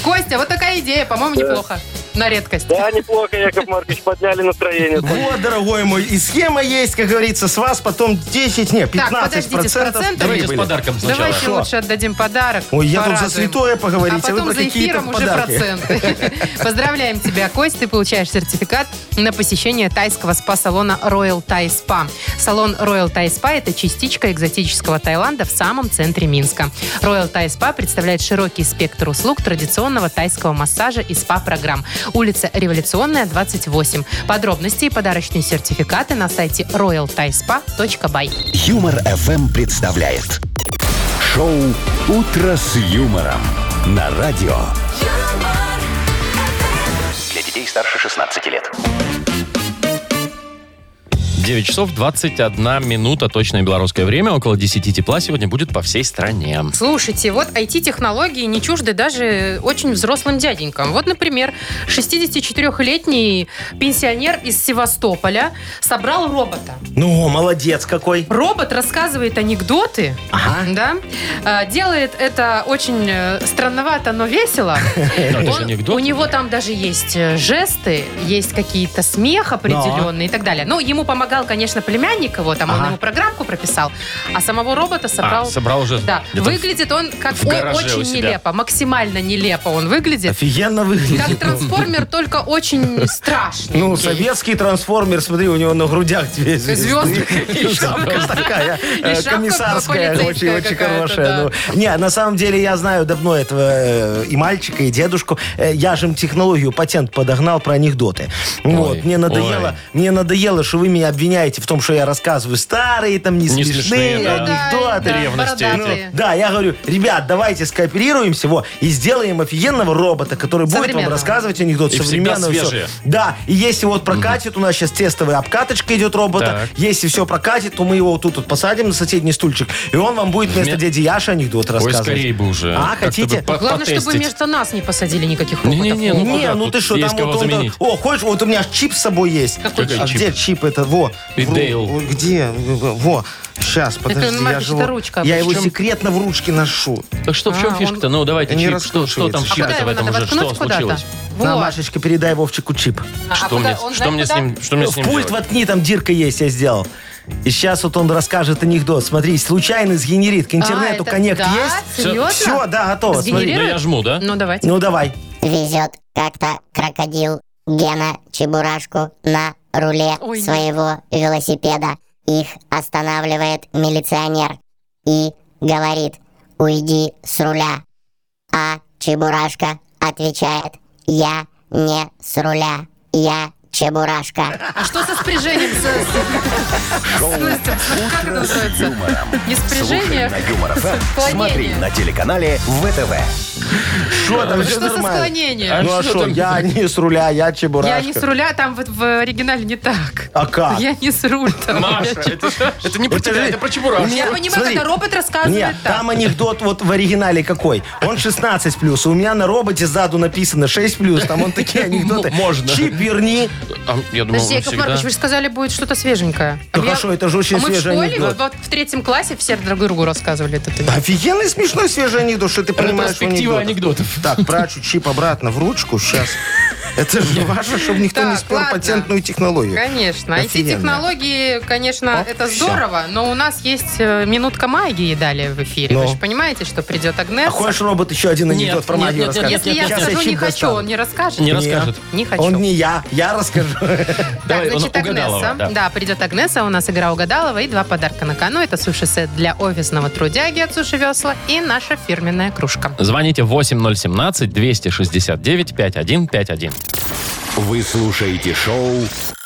Speaker 3: Костя, вот такая идея, по-моему, неплохо. На редкость.
Speaker 8: Да, неплохо, Яков Маркович, подняли настроение.
Speaker 4: Вот, дорогой мой, и схема есть, как говорится, с вас потом 10, не, 15%
Speaker 3: Так, подождите, с процентами?
Speaker 2: Давайте с
Speaker 4: прибыли.
Speaker 2: подарком сначала.
Speaker 3: Давайте
Speaker 4: Хорошо.
Speaker 3: лучше отдадим подарок.
Speaker 4: Ой, я тут за
Speaker 3: Порадуем.
Speaker 4: святое поговорить,
Speaker 3: а
Speaker 4: а вы
Speaker 3: потом
Speaker 4: про
Speaker 3: за
Speaker 4: какие-то
Speaker 3: эфиром уже
Speaker 4: подарки.
Speaker 3: проценты. Поздравляем тебя, Кость. Ты получаешь сертификат на посещение тайского спа-салона Royal Thai Spa. Салон Royal Thai Spa – это частичка экзотического Таиланда в самом центре Минска. Royal Thai Spa представляет широкий спектр услуг традиционного тайского массажа и спа-программ. Улица Революционная, 28. Подробности и подарочные сертификаты на сайте royalthaispa.by.
Speaker 1: Юмор FM представляет шоу Утро с юмором на радио.
Speaker 9: юмор,
Speaker 5: Для детей старше 16 лет.
Speaker 2: 9 часов 21 минута, точное белорусское время. Около 10 тепла сегодня будет по всей стране.
Speaker 3: Слушайте, вот IT-технологии не чужды даже очень взрослым дяденькам. Вот, например, 64-летний пенсионер из Севастополя собрал робота.
Speaker 4: Ну, молодец какой.
Speaker 3: Робот рассказывает анекдоты,
Speaker 4: Ага.
Speaker 3: да, А, делает это очень э, странновато, но весело.
Speaker 2: Да, это же
Speaker 3: Он-
Speaker 2: анекдот.
Speaker 3: у него там даже есть э, жесты, есть какие-то смех определенный и так далее. Ну, ему помогал, конечно, племянник его, там он
Speaker 4: Ага.
Speaker 3: ему программку прописал, а самого робота
Speaker 2: А,
Speaker 3: собрал
Speaker 2: собрал уже.
Speaker 3: да,
Speaker 2: где-то
Speaker 3: выглядит он как
Speaker 2: в
Speaker 3: ой,
Speaker 2: гараже у
Speaker 3: очень
Speaker 2: себя.
Speaker 3: нелепо, максимально нелепо он выглядит.
Speaker 4: Офигенно выглядит.
Speaker 3: Как трансформер, только очень страшный.
Speaker 4: Ну, советский трансформер, смотри, у него на грудях две звезды.
Speaker 3: Звезды.
Speaker 4: Шапка такая, э,
Speaker 3: шапка
Speaker 4: комиссарская,
Speaker 3: полицейская
Speaker 4: очень-очень
Speaker 3: какая-то, да.
Speaker 4: хорошая. ну. Не, на самом деле я знаю давно этого э, и мальчика, и дедушку. Э, Я же им технологию, патент подогнал про анекдоты. Вот, мне
Speaker 2: ой.
Speaker 4: надоело, мне надоело, что вы меня обвиняете в том, что я рассказываю старые, там, не
Speaker 2: Не смешные,
Speaker 4: смешные
Speaker 2: да.
Speaker 4: анекдоты.
Speaker 2: Древности
Speaker 3: бородатые.
Speaker 4: Ну, да, я говорю, ребят, давайте скооперируемся во, и сделаем офигенного робота, который будет вам
Speaker 3: Современного.
Speaker 4: рассказывать анекдот
Speaker 2: И всегда
Speaker 4: современного. всё.
Speaker 2: свежие.
Speaker 4: Да, и если вот прокатит, у нас сейчас тестовая обкаточка идет робота,
Speaker 2: Так.
Speaker 4: если все прокатит, то мы его вот тут вот посадим на соседний стульчик, и он вам будет вместо
Speaker 2: Мне-
Speaker 4: дяди Яши анекдот
Speaker 2: Ой,
Speaker 4: рассказывать.
Speaker 2: скорее бы уже.
Speaker 4: А,
Speaker 2: Как-то бы
Speaker 4: хотите?
Speaker 2: по-
Speaker 3: Главное, чтобы
Speaker 2: потестить.
Speaker 3: вместо нас не посадили никаких роботов.
Speaker 2: Не-не-не, ну,
Speaker 4: не,
Speaker 2: куда
Speaker 4: ну
Speaker 2: тут?
Speaker 4: ты что,
Speaker 2: Есть
Speaker 4: там вот
Speaker 2: кого
Speaker 4: он-
Speaker 2: заменить.
Speaker 4: О, хочешь, вот у меня ж чип с собой есть.
Speaker 3: Какой
Speaker 2: Какой
Speaker 4: а
Speaker 2: чип?
Speaker 4: где чип это? Во.
Speaker 2: И
Speaker 4: В ру-
Speaker 2: Дейл.
Speaker 4: о, Где? Во. Сейчас, подожди, я
Speaker 3: Маркович,
Speaker 4: же
Speaker 3: это
Speaker 4: его-
Speaker 3: ручка.
Speaker 4: Я его
Speaker 3: Причем-
Speaker 4: секретно в ручке ношу.
Speaker 2: Так что, в чем
Speaker 3: А,
Speaker 2: фишка-то? Ну, давайте,
Speaker 4: Не
Speaker 2: чип, что, что там
Speaker 3: А
Speaker 4: раскручивается.
Speaker 3: куда
Speaker 2: фишка-то в
Speaker 3: его
Speaker 2: этом
Speaker 3: надо
Speaker 2: уже? Что
Speaker 3: воткнуть куда-то?
Speaker 2: случилось?
Speaker 4: На,
Speaker 3: Вот.
Speaker 4: Машечка, передай Вовчику чип.
Speaker 3: А- а
Speaker 2: Что
Speaker 3: куда-
Speaker 2: мне,
Speaker 3: он
Speaker 2: что
Speaker 3: знаешь,
Speaker 2: мне с
Speaker 3: куда? А,
Speaker 2: ним, что мне с
Speaker 4: в
Speaker 2: ним
Speaker 4: Ну, пульт
Speaker 2: делать?
Speaker 4: воткни, там дырка есть, я сделал. И сейчас вот он расскажет анекдот. Смотри, случайно сгенерит. К
Speaker 3: А,
Speaker 4: интернету
Speaker 3: это-
Speaker 4: коннект
Speaker 3: да?
Speaker 4: есть?
Speaker 3: Серьезно?
Speaker 4: Все, да, готово. Смотри.
Speaker 2: Ну,
Speaker 3: Сгенерировать?
Speaker 2: я жму, да?
Speaker 3: Ну, давайте.
Speaker 4: Ну, давай.
Speaker 10: Везет как-то крокодил Гена Чебурашку на руле
Speaker 3: Ой, нет.
Speaker 10: своего велосипеда. Их останавливает милиционер и говорит «Уйди с руля». А Чебурашка отвечает «Я не с руля, я Чебурашка».
Speaker 3: А что со спряжением? С- с-
Speaker 1: Шоу
Speaker 3: с- с- Как
Speaker 1: «Утро
Speaker 3: это
Speaker 1: с
Speaker 3: называется?
Speaker 1: юмором».
Speaker 3: Не
Speaker 1: Слушай
Speaker 2: эм».
Speaker 3: спряжение, а
Speaker 1: на Юмор ФМ,
Speaker 3: Отклонение.
Speaker 1: смотри на телеканале ВТВ.
Speaker 4: Что там,
Speaker 3: Ну, Что
Speaker 4: все
Speaker 3: за
Speaker 4: нормально?
Speaker 3: склонение?
Speaker 2: А
Speaker 4: Ну а
Speaker 2: что
Speaker 4: что,
Speaker 2: там?
Speaker 4: я не с руля, я чебурашка.
Speaker 3: Я не с руля, там вот в оригинале не так.
Speaker 4: А как?
Speaker 3: Я не с руль. там.
Speaker 2: Маша, это, это не про
Speaker 4: Это
Speaker 2: Ну, тебя,
Speaker 4: же-
Speaker 2: это А, про Чебурашку.
Speaker 3: Я
Speaker 4: Нет,
Speaker 3: понимаю,
Speaker 4: смотри.
Speaker 3: когда робот
Speaker 4: Нет,
Speaker 3: рассказывает так.
Speaker 4: там анекдот вот в оригинале какой. Он 16 плюс. У меня на роботе сзаду написано 6 плюс. Там он такие анекдоты.
Speaker 2: М- можно.
Speaker 4: Чип верни.
Speaker 2: А, я думал,
Speaker 3: Подожди,
Speaker 2: он
Speaker 3: Яков Маркович,
Speaker 2: всегда...
Speaker 3: вы же сказали, будет что-то свеженькое.
Speaker 4: Да
Speaker 3: А я-
Speaker 4: хорошо, это же очень
Speaker 3: а мы в
Speaker 4: свежий
Speaker 3: школе,
Speaker 4: анекдот.
Speaker 3: вот, вот в третьем классе все друг другу рассказывали этот анекдот.
Speaker 4: Офигенный смешной свежий анекдот, что ты понимаешь в
Speaker 2: Ретроспектива
Speaker 4: анекдотах.
Speaker 2: анекдотов.
Speaker 4: Так, прачу чип обратно в ручку сейчас. Это же не важно, чтобы никто не
Speaker 3: Так,
Speaker 4: спер
Speaker 3: ладно.
Speaker 4: патентную технологию. А
Speaker 3: Конечно.
Speaker 4: Офигенно.
Speaker 3: IT-технологии, конечно,
Speaker 4: Оп,
Speaker 3: это
Speaker 4: всё.
Speaker 3: здорово, но у нас есть э, минутка магии далее в эфире.
Speaker 4: Ну.
Speaker 3: Вы же понимаете, что придет Агнес.
Speaker 4: А хочешь робот еще один
Speaker 2: Нет,
Speaker 4: анекдот про
Speaker 2: нет,
Speaker 4: магию
Speaker 2: нет, нет,
Speaker 4: расскажет?
Speaker 3: Если я
Speaker 4: Щас
Speaker 3: скажу
Speaker 4: чип
Speaker 3: не хочу,
Speaker 4: достану.
Speaker 3: он не расскажет?
Speaker 2: Не
Speaker 4: Нет.
Speaker 2: расскажет.
Speaker 3: Не хочу.
Speaker 4: Он не я, я расскажу.
Speaker 3: Так,
Speaker 2: Давай,
Speaker 3: значит,
Speaker 2: он угадалова,
Speaker 3: Агнеса.
Speaker 2: да.
Speaker 3: Да. придет Агнеса, у нас игра угадалова и два подарка на кону. Это суши-сет для офисного трудяги от Суши Весла и наша фирменная кружка.
Speaker 2: Звоните 8017-269-5151.
Speaker 1: Вы слушаете шоу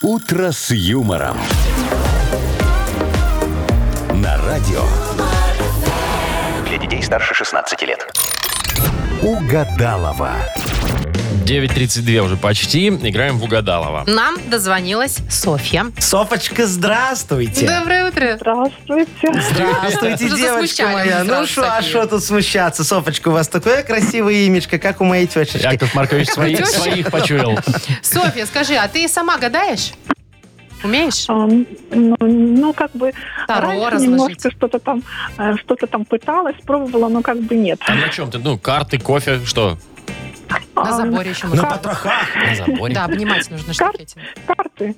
Speaker 1: «Утро с юмором». На радио
Speaker 5: Для детей старше 16 лет.
Speaker 1: «Угадалова».
Speaker 2: 9.32 уже почти. Играем в Угадалова.
Speaker 3: Нам дозвонилась Софья.
Speaker 4: Софочка, здравствуйте.
Speaker 3: Доброе утро.
Speaker 7: Здравствуйте.
Speaker 4: Здравствуйте,
Speaker 3: Уже
Speaker 4: девочка
Speaker 3: засмущали
Speaker 4: моя.
Speaker 3: нас
Speaker 4: Ну
Speaker 3: сразу
Speaker 4: что, а
Speaker 3: такие.
Speaker 4: что тут смущаться? Софочка, у вас такое красивое имечко, как у моей тещечки.
Speaker 2: Яков Маркович свои-
Speaker 3: Теща.
Speaker 2: своих почуял.
Speaker 3: Софья, скажи, а ты сама гадаешь? Умеешь?
Speaker 7: А, Ну, ну, как бы
Speaker 3: Таро
Speaker 7: раньше
Speaker 3: разложить.
Speaker 7: немножко что-то там, э, что-то там пыталась, пробовала, но как бы нет.
Speaker 2: А на чем ты? Ну, карты, кофе, что?
Speaker 3: На
Speaker 7: А,
Speaker 3: заборе еще
Speaker 4: На
Speaker 2: Ну,
Speaker 3: можно.
Speaker 4: потрохах.
Speaker 2: На заборе.
Speaker 3: Да, обнимать нужно
Speaker 7: Кар-
Speaker 3: штуки этим.
Speaker 7: Карты.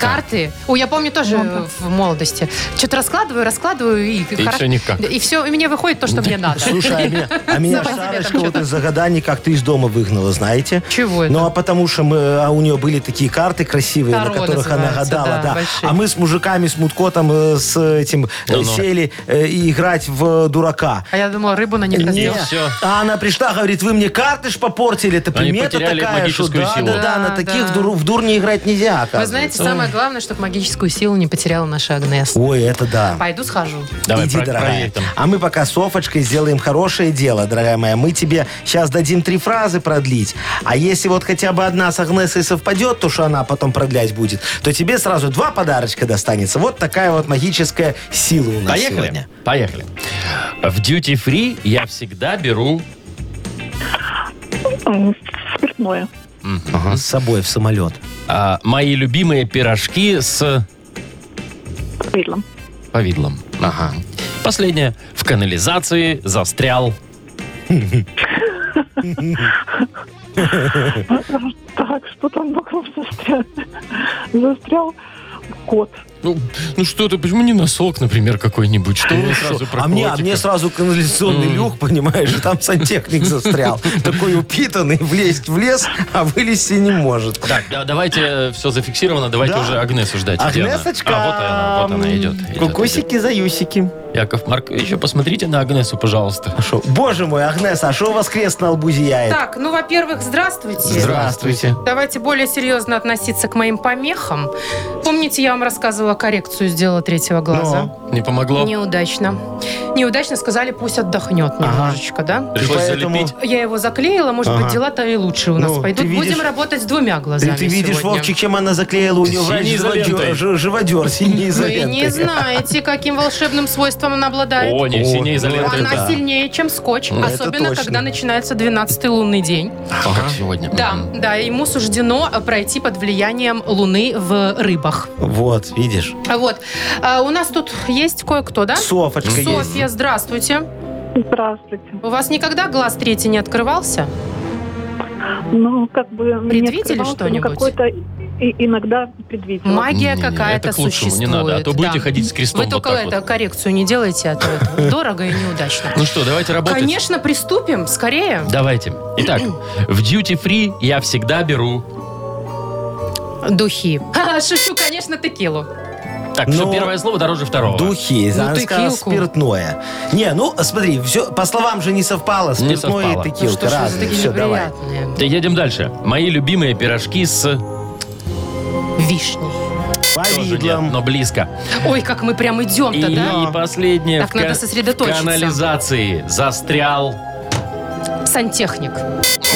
Speaker 3: Карты. О, я помню тоже
Speaker 7: Ну-ка.
Speaker 3: э, в молодости. Что-то раскладываю, раскладываю и...
Speaker 2: И все никак.
Speaker 3: И все, и мне выходит то, что мне надо.
Speaker 4: Слушай, а меня, а меня
Speaker 3: Давай,
Speaker 4: Сарочка
Speaker 3: ребята,
Speaker 4: вот из-за гаданий как-то из дома выгнала, знаете?
Speaker 3: Чего это?
Speaker 4: Ну, а потому что мы, а у нее были такие карты красивые, на
Speaker 3: Таро
Speaker 4: которых она
Speaker 3: называются,
Speaker 4: гадала,
Speaker 3: да,
Speaker 4: да.
Speaker 3: большие.
Speaker 4: А мы с мужиками, с Мудкотом, э, с этим э,
Speaker 2: Ну-ну.
Speaker 4: сели э, и играть в э, дурака.
Speaker 3: А я думала, рыбу на них
Speaker 4: Не.
Speaker 3: раздел.
Speaker 2: всё.
Speaker 4: А она пришла, говорит, вы мне карты ж попортили, это
Speaker 2: Они
Speaker 4: примета
Speaker 2: потеряли
Speaker 4: такая, что
Speaker 2: магическую
Speaker 4: да,
Speaker 2: силу.
Speaker 4: да, да,
Speaker 3: Да,
Speaker 4: на таких
Speaker 3: да.
Speaker 4: в дуру- в дур не играть нельзя,
Speaker 3: Вы
Speaker 4: оказывается.
Speaker 3: знаете, самое главное, чтобы магическую силу не потеряла наша Агнес.
Speaker 4: Ой, это да.
Speaker 3: Пойду схожу.
Speaker 2: Давай,
Speaker 4: Иди,
Speaker 2: про-
Speaker 4: дорогая.
Speaker 2: проверь там.
Speaker 4: А мы пока с Софочкой сделаем хорошее дело, дорогая моя. Мы тебе сейчас дадим три фразы продлить. А если вот хотя бы одна с Агнесой совпадет, то что она потом продлять будет, то тебе сразу два подарочка достанется. Вот такая вот магическая сила у нас
Speaker 2: Поехали.
Speaker 4: сегодня.
Speaker 2: Поехали. В duty free я всегда беру...
Speaker 7: М, Спиртное.
Speaker 4: Ага, С собой в самолет.
Speaker 2: а, мои любимые пирожки с
Speaker 7: Крылом.
Speaker 2: повидлом. Ага. Последнее. В канализации застрял.
Speaker 7: Так, что там вокруг застрял? Застрял кот.
Speaker 2: Ну, ну что ты, почему не носок, например, какой-нибудь? Что вы сразу про
Speaker 4: а мне, а
Speaker 2: котика?
Speaker 4: мне сразу канализационный
Speaker 2: М.
Speaker 4: люк, понимаешь, и там сантехник застрял. Такой упитанный, влезть в лес, а вылезти не может.
Speaker 2: Так, да, давайте все зафиксировано, давайте
Speaker 4: Да.
Speaker 2: уже Агнесу ждать. Где она?
Speaker 4: Агнесочка!
Speaker 2: А, вот она, вот она идет. идет,
Speaker 4: Кукусики, заюсики.
Speaker 2: идет. Яков Маркович, посмотрите на Агнесу, пожалуйста.
Speaker 4: Шо? Боже мой, Агнеса, а что у вас крест на лбу зияет?
Speaker 3: Так, ну, во-первых, здравствуйте.
Speaker 4: Здравствуйте.
Speaker 3: Давайте более серьезно относиться к моим помехам. Помните, я вам рассказывала, коррекцию сделала
Speaker 4: Ну,
Speaker 3: третьего глаза?
Speaker 2: Не помогло?
Speaker 3: Неудачно. Неудачно сказали, пусть отдохнет немножечко, да?
Speaker 4: И
Speaker 2: Пришлось
Speaker 4: поэтому-
Speaker 2: залепить.
Speaker 3: Я его заклеила, может
Speaker 4: Ага.
Speaker 3: быть, дела-то и лучше у нас
Speaker 4: Ну,
Speaker 3: пойдут.
Speaker 4: ты видишь-
Speaker 3: Будем работать с двумя
Speaker 4: Ты,
Speaker 3: глазами
Speaker 4: ты видишь,
Speaker 3: сегодня.
Speaker 4: Вовчик, чем она заклеила? У нее врач
Speaker 2: Синей изолентой.
Speaker 4: живодер, ж- живодер синий
Speaker 3: Вы
Speaker 4: изолентой.
Speaker 3: не знаете, каким волшебным свойством она обладает.
Speaker 2: О, не,
Speaker 4: О,
Speaker 2: синей
Speaker 4: ну
Speaker 2: изолентой.
Speaker 3: Она
Speaker 4: да.
Speaker 3: сильнее, чем скотч,
Speaker 4: Ну, это
Speaker 3: особенно
Speaker 4: точно.
Speaker 3: когда начинается 12-й лунный день.
Speaker 2: А, Как сегодня.
Speaker 3: Да, да, ему суждено э, пройти под влиянием Луны в рыбах.
Speaker 4: Вот, видишь.
Speaker 3: А Вот. А у нас тут есть кое-кто, да?
Speaker 4: Софочка есть.
Speaker 3: Софья, здравствуйте.
Speaker 7: Здравствуйте.
Speaker 3: У вас никогда глаз третий не открывался?
Speaker 7: Ну, как бы... мне
Speaker 3: Предвидели
Speaker 7: открывался, ну,
Speaker 3: что-нибудь?
Speaker 7: Какой-то и- иногда предвидел.
Speaker 3: Магия
Speaker 2: Не-не-не,
Speaker 3: какая-то
Speaker 2: это к лучшему, не
Speaker 3: существует.
Speaker 2: надо, а то будете
Speaker 3: да.
Speaker 2: ходить с крестом
Speaker 3: Вы
Speaker 2: вот
Speaker 3: только
Speaker 2: так вот.
Speaker 3: это, коррекцию не делайте, а то это дорого и неудачно.
Speaker 2: Ну что, давайте работать.
Speaker 3: Конечно, приступим, скорее.
Speaker 2: Давайте. Итак, в duty free я всегда беру.
Speaker 3: Духи. Ха, шучу, конечно, текилу.
Speaker 2: Так, все
Speaker 4: Ну,
Speaker 2: первое слово дороже второго.
Speaker 4: Духи,
Speaker 3: Ну,
Speaker 4: она
Speaker 3: ты
Speaker 4: сказала
Speaker 3: килку.
Speaker 4: спиртное. Не, ну смотри, все по словам же не совпало.
Speaker 2: Не
Speaker 4: Спиртное
Speaker 2: совпало.
Speaker 4: и
Speaker 3: Ну, что
Speaker 4: текилка
Speaker 3: ж вы за
Speaker 4: разные.
Speaker 3: такие
Speaker 4: Все, давай.
Speaker 3: неприятные?
Speaker 2: Да, Едем дальше. Мои любимые пирожки с
Speaker 3: Вишни.
Speaker 2: тоже нет,
Speaker 4: Повидлом.
Speaker 2: но близко.
Speaker 3: Ой, как мы прям
Speaker 2: И
Speaker 3: идем-то, да?
Speaker 2: последнее.
Speaker 3: Так,
Speaker 2: в
Speaker 3: надо
Speaker 2: ка-
Speaker 3: сосредоточиться.
Speaker 2: в канализации застрял.
Speaker 3: Сантехник.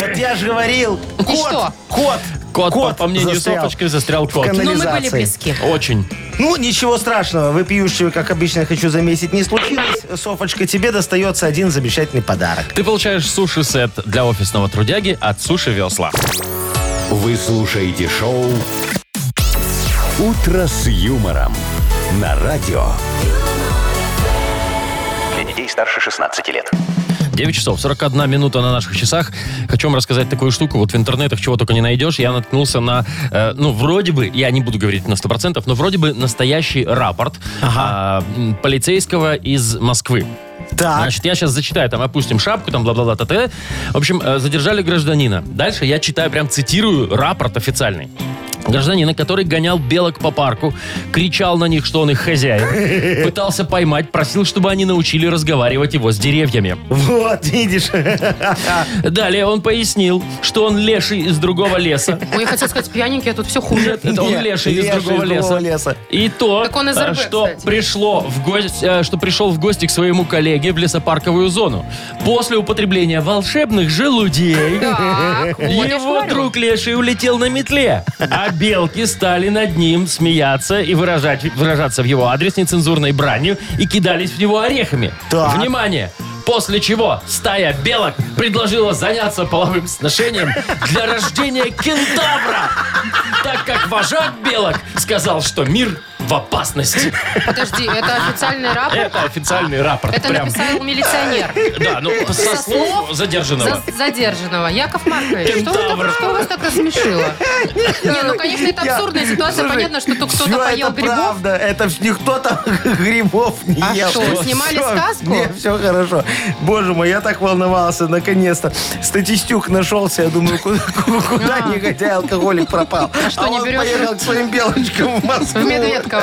Speaker 4: Вот я же говорил, кот,
Speaker 3: что?
Speaker 4: кот,
Speaker 2: Кот, по, по мнению
Speaker 4: застрял.
Speaker 2: Софочки, застрял
Speaker 4: В
Speaker 2: кот.
Speaker 4: канали-
Speaker 3: Ну, мы были
Speaker 4: Канализации.
Speaker 3: близки.
Speaker 2: Очень.
Speaker 4: Ну, ничего страшного, выпиющего, как обычно, хочу заметить, не случилось. Софочка, тебе достается один замечательный подарок.
Speaker 2: Ты получаешь суши-сет для офисного трудяги от Суши Весла.
Speaker 1: Вы слушаете шоу «Утро с юмором» на радио.
Speaker 5: Для детей старше 16 лет.
Speaker 2: 9 часов 41 минута на наших часах. Хочу вам рассказать такую штуку. Вот в интернетах чего только не найдешь. Я наткнулся на, э, ну, вроде бы, я не буду говорить на 100%, но вроде бы настоящий рапорт а, м, полицейского из Москвы.
Speaker 4: Так,
Speaker 2: Значит, я сейчас зачитаю, там, опустим шапку, там, бла-бла-бла, т.т. В общем, э, задержали гражданина. Дальше я читаю, прям цитирую рапорт официальный. Гражданина, который гонял белок по парку, кричал на них, что он их хозяин, пытался поймать, просил, чтобы они научили разговаривать его с деревьями.
Speaker 4: вот, видишь.
Speaker 2: Далее он пояснил, что он леший из другого леса.
Speaker 3: Ой, я хотел сказать, пьяненький, а тут все хуже.
Speaker 2: Нет, это он
Speaker 4: Нет,
Speaker 2: леший из
Speaker 4: леший
Speaker 2: другого
Speaker 4: из другого
Speaker 2: леса.
Speaker 4: леса.
Speaker 2: И то,
Speaker 3: Так он из
Speaker 2: э,
Speaker 3: РБ,
Speaker 2: что
Speaker 3: кстати.
Speaker 2: пришло в гость, э, что пришел в гости к своему коллеге в лесопарковую зону. После употребления волшебных желудей
Speaker 3: Так, вот я ж
Speaker 2: его
Speaker 3: говорю.
Speaker 2: друг леший улетел на метле, а белки стали над ним смеяться и выражать, выражаться в его адрес нецензурной бранью и кидались в него орехами.
Speaker 4: Так.
Speaker 2: Внимание! После чего стая белок предложила заняться половым сношением для рождения кентавра, так как вожак белок сказал, что мир в опасности.
Speaker 3: Подожди, это официальный рапорт?
Speaker 2: Это официальный рапорт.
Speaker 3: Это
Speaker 2: Э, прям.
Speaker 3: написал милиционер.
Speaker 2: Да, ну, со
Speaker 3: Со
Speaker 2: слов
Speaker 3: слов
Speaker 2: задержанного.
Speaker 3: За- задержанного. Яков Маркович, что, вы
Speaker 2: Кентавр.
Speaker 3: так- что вас так рассмешило? Не, ну, конечно, это
Speaker 4: Я-
Speaker 3: абсурдная ситуация.
Speaker 4: Слушай,
Speaker 3: Понятно, что тут кто-то
Speaker 4: всё
Speaker 3: поел
Speaker 4: это
Speaker 3: грибов.
Speaker 4: правда. Это ж никто там грибов не
Speaker 3: А
Speaker 4: ел.
Speaker 3: что,
Speaker 4: Всё,
Speaker 3: снимали
Speaker 4: всё.
Speaker 3: сказку?
Speaker 4: Не, все хорошо. Боже мой, я так волновался, наконец-то. Статистюк нашелся, я думаю, куда, куда
Speaker 3: А.
Speaker 4: негодяй алкоголик пропал. А
Speaker 3: что, не
Speaker 4: он
Speaker 3: берешь?
Speaker 4: поехал к своим белочкам в Москву.
Speaker 3: В Медведково.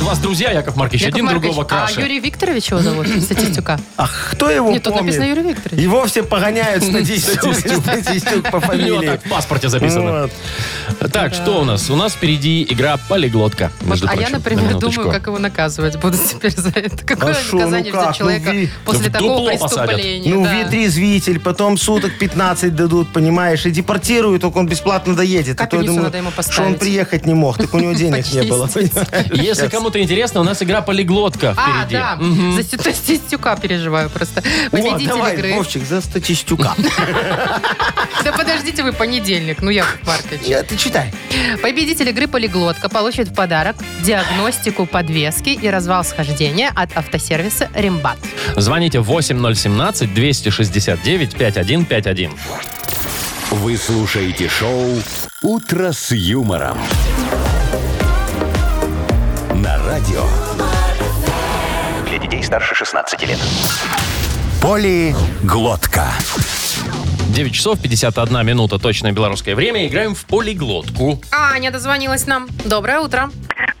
Speaker 2: У вас друзья, Яков Маркович,
Speaker 3: Яков
Speaker 2: один
Speaker 3: Маркович,
Speaker 2: другого
Speaker 3: а
Speaker 2: краше.
Speaker 3: Юрий Викторович его зовут, статистюка?
Speaker 4: Ах, А кто его
Speaker 3: Нет, тут
Speaker 4: помнит?
Speaker 3: написано Юрий Викторович.
Speaker 4: Его все погоняют статистюк, статистюк по
Speaker 2: У него
Speaker 4: фамилии.
Speaker 2: так в паспорте записано.
Speaker 4: Вот.
Speaker 2: Так, что у нас? У нас впереди игра полиглотка. Между
Speaker 3: а я,
Speaker 2: прочим, на
Speaker 3: например,
Speaker 2: минуточку.
Speaker 3: думаю, как его наказывать буду теперь за это. Какое
Speaker 4: шо, ну
Speaker 3: наказание
Speaker 4: как?
Speaker 3: ждет
Speaker 4: Ну,
Speaker 3: человека
Speaker 4: ви-
Speaker 2: Да
Speaker 3: после
Speaker 2: в
Speaker 3: такого
Speaker 2: дупло посадят.
Speaker 3: преступления?
Speaker 4: Ну,
Speaker 3: да.
Speaker 4: ветрезвитель, потом суток 15 дадут, понимаешь, и депортируют, только он бесплатно доедет. А то я
Speaker 3: Капельницу
Speaker 4: думаю,
Speaker 3: надо ему
Speaker 4: что он
Speaker 3: поставить.
Speaker 4: приехать не мог, так у него денег не было.
Speaker 3: Почистить.
Speaker 2: Если кому-то интересно, у нас игра полиглотка
Speaker 3: А,
Speaker 2: впереди.
Speaker 3: да, за стю- за статистюка переживаю просто.
Speaker 4: О,
Speaker 3: Победитель
Speaker 4: давай,
Speaker 3: игры.
Speaker 4: Вовчик, за статистюка.
Speaker 3: Да подождите вы, понедельник, ну, Яков Маркович.
Speaker 4: Я- Ты читай.
Speaker 3: Победитель игры «Полиглотка» получит в подарок диагностику подвески и развал схождения от автосервиса «Рембат».
Speaker 2: Звоните 8017-269-5151.
Speaker 1: Вы слушаете шоу «Утро с юмором». На радио
Speaker 5: Для детей старше 16 лет.
Speaker 1: «Полиглотка».
Speaker 2: 9 часов 51 минута, точное белорусское время. Играем в полиглотку.
Speaker 3: А, Аня дозвонилась нам. Доброе утро.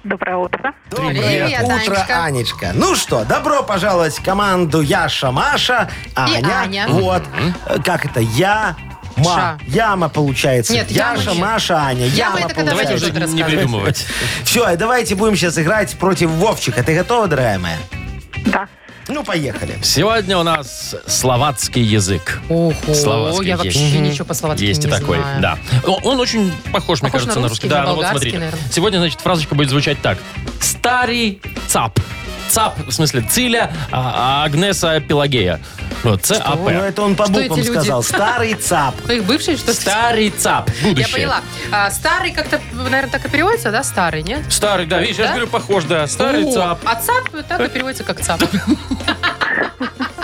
Speaker 7: Доброе утро.
Speaker 3: Привет,
Speaker 4: утро,
Speaker 3: Анечка.
Speaker 4: Анечка. Ну что, добро пожаловать в команду Яша, Маша, Аня.
Speaker 3: Аня.
Speaker 4: Вот. Э, Как это? Я,
Speaker 3: Ша.
Speaker 4: Ма. Яма получается.
Speaker 3: Нет,
Speaker 4: Яша,
Speaker 3: ямочка.
Speaker 4: Маша, Аня.
Speaker 3: Яма
Speaker 4: Яма,
Speaker 3: это когда
Speaker 2: Давайте
Speaker 3: Давай
Speaker 2: уже
Speaker 3: что-то
Speaker 2: не
Speaker 3: расскажешь.
Speaker 2: придумывать.
Speaker 4: Все, и давайте будем сейчас играть против Вовчика. Ты готова, дорогая моя?
Speaker 7: Да.
Speaker 4: Ну, поехали.
Speaker 2: Сегодня у нас словацкий язык.
Speaker 3: Ого,
Speaker 2: Словацкий
Speaker 3: я
Speaker 2: есть.
Speaker 3: вообще ничего по словацки
Speaker 2: Есть и
Speaker 3: не
Speaker 2: такой,
Speaker 3: знаю.
Speaker 2: да. О, Он очень похож, мне
Speaker 3: Похож
Speaker 2: кажется,
Speaker 3: на
Speaker 2: на
Speaker 3: русский,
Speaker 2: русский.
Speaker 3: на
Speaker 2: Да, ну вот
Speaker 3: болгарский,
Speaker 2: смотрите.
Speaker 3: наверное.
Speaker 2: Сегодня, значит, фразочка будет звучать так. Старый цап. Цап, в смысле, Циля а, Агнеса Пелагея. А, Вот,
Speaker 4: Ну,
Speaker 2: ЦАП.
Speaker 4: это он по
Speaker 3: Что эти
Speaker 4: буквам
Speaker 3: люди?
Speaker 4: сказал. Старый ЦАП.
Speaker 3: Ну, Их бывший, что ли?
Speaker 2: Старый цап. Будущее.
Speaker 3: Я поняла. А, старый как-то, наверное, так и переводится, да, старый, нет?
Speaker 2: Старый, да, видишь, я
Speaker 3: Да?
Speaker 2: же говорю, похож, да. Старый
Speaker 3: О,
Speaker 2: цап.
Speaker 3: А цап так и переводится как цап.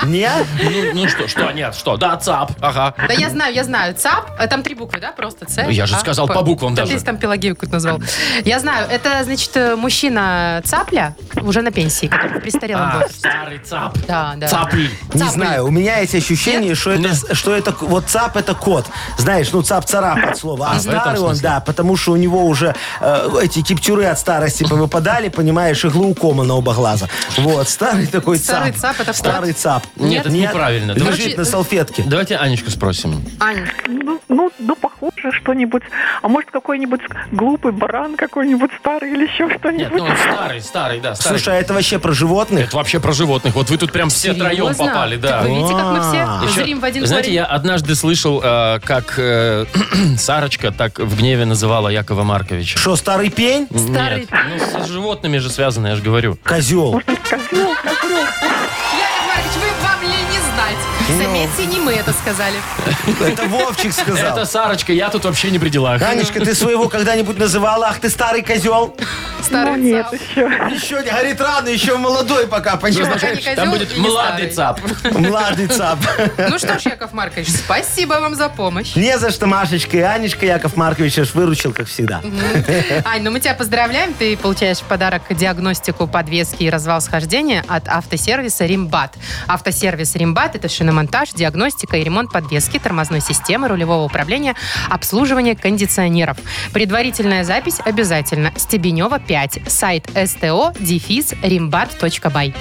Speaker 4: Не?
Speaker 2: Ну, ну что, что, нет, что? Да, цап. Ага.
Speaker 3: Да я знаю, я знаю. ЦАП, э, там три буквы, да, просто Ц.
Speaker 2: Ну, я же
Speaker 3: А,
Speaker 2: сказал
Speaker 3: П.
Speaker 2: по буквам
Speaker 3: Да
Speaker 2: даже.
Speaker 3: Ты там Пелагею какую-то назвал. Я знаю, это, значит, э, мужчина цапля, уже на пенсии, который престарел
Speaker 2: А,
Speaker 3: был.
Speaker 2: старый цап.
Speaker 3: Да, да.
Speaker 2: Цапль.
Speaker 4: Не
Speaker 3: Цап,
Speaker 4: знаю, у меня есть ощущение, что это, с- что это к- вот ЦАП это кот. Знаешь, ну ЦАП царап от слова.
Speaker 2: в
Speaker 4: А,
Speaker 2: этом
Speaker 4: старый он,
Speaker 2: смысле?
Speaker 4: да, потому что у него уже э, эти киптюры от старости повыпадали, понимаешь, и глаукома на оба глаза. Вот, старый такой ЦАП.
Speaker 3: Старый ЦАП это кот?
Speaker 4: Старый ЦАП.
Speaker 2: Нет, это неправильно. э,
Speaker 4: Лежит
Speaker 2: Давайте,
Speaker 4: на салфетке.
Speaker 2: давайте Анечку спросим.
Speaker 3: Ань,
Speaker 7: Ну, ну, ну, похоже, что-нибудь. А может, какой-нибудь глупый баран какой-нибудь старый или еще
Speaker 2: Нет, ну
Speaker 7: что-нибудь.
Speaker 2: он старый, старый, да, старый.
Speaker 4: Слушай, а это вообще про животных?
Speaker 2: это вообще про животных. Вот вы тут прям все троем
Speaker 3: серьезно?
Speaker 2: попали, да.
Speaker 3: Так Вы видите, как мы все
Speaker 2: Еще-
Speaker 3: А, зрим в один
Speaker 2: Знаете, я однажды слышал, э, как э, Сарочка так в гневе называла Якова Марковича.
Speaker 4: Что, старый пень?
Speaker 3: Старый-
Speaker 2: Нет, ну с животными же связано, я же говорю.
Speaker 4: Козел.
Speaker 7: Козел, козел.
Speaker 3: корень. Яков Маркович, вы вам ли не
Speaker 2: Ну.
Speaker 3: знать? Заметьте, не мы это сказали.
Speaker 4: Это Вовчик
Speaker 2: Это
Speaker 4: сказал.
Speaker 2: Сарочка, я тут вообще не при делах.
Speaker 4: Анечка, ты своего когда-нибудь называла? Ах, ты старый козел.
Speaker 7: Ну,
Speaker 3: Старый
Speaker 7: нет,
Speaker 3: цап.
Speaker 7: еще.
Speaker 4: Еще не горит рано, еще молодой пока, понимаешь?
Speaker 3: Пока не козел
Speaker 2: Там будет
Speaker 3: и не
Speaker 2: младый
Speaker 3: старый.
Speaker 2: цап.
Speaker 4: Младый цап.
Speaker 3: Ну что ж, Яков Маркович, спасибо вам за помощь.
Speaker 4: Не за что, Машечка и Анечка Яков Маркович аж выручил, как всегда.
Speaker 3: Ань, ну мы тебя поздравляем. Ты получаешь в подарок диагностику подвески и развал схождения от автосервиса «Римбат». Автосервис «Римбат» — это шиномонтаж, диагностика и ремонт подвески, тормозной системы, рулевого управления, обслуживание кондиционеров. Предварительная запись обязательно. Стебенева, 5. Сайт sto дефис rimbat.by.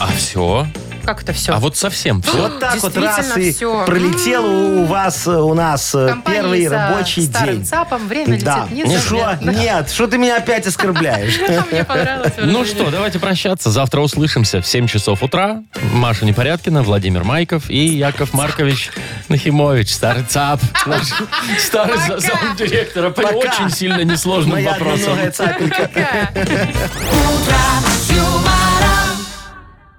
Speaker 2: А все?
Speaker 3: Как это все?
Speaker 2: А вот совсем все?
Speaker 4: Вот так вот раз
Speaker 3: Действительно
Speaker 4: и
Speaker 3: всё. М-м.
Speaker 4: пролетел у вас, э, у нас э,
Speaker 3: Компании
Speaker 4: первый
Speaker 3: за
Speaker 4: рабочий
Speaker 3: старым
Speaker 4: день.
Speaker 3: цапом время
Speaker 4: Да.
Speaker 3: летит
Speaker 4: Ну что,
Speaker 3: незаметно.
Speaker 4: нет, что ты меня опять оскорбляешь?
Speaker 3: Мне понравилось.
Speaker 2: Ну что, давайте прощаться. Завтра услышимся в 7 часов утра. Маша Непорядкина, Владимир Майков и Яков Маркович Нахимович, старый ЦАП, наш старый за- замдиректора по
Speaker 4: Пока.
Speaker 2: очень сильно несложным
Speaker 4: Моя
Speaker 2: вопросам.
Speaker 4: одноногая цапелька.
Speaker 3: Пока.
Speaker 9: Утро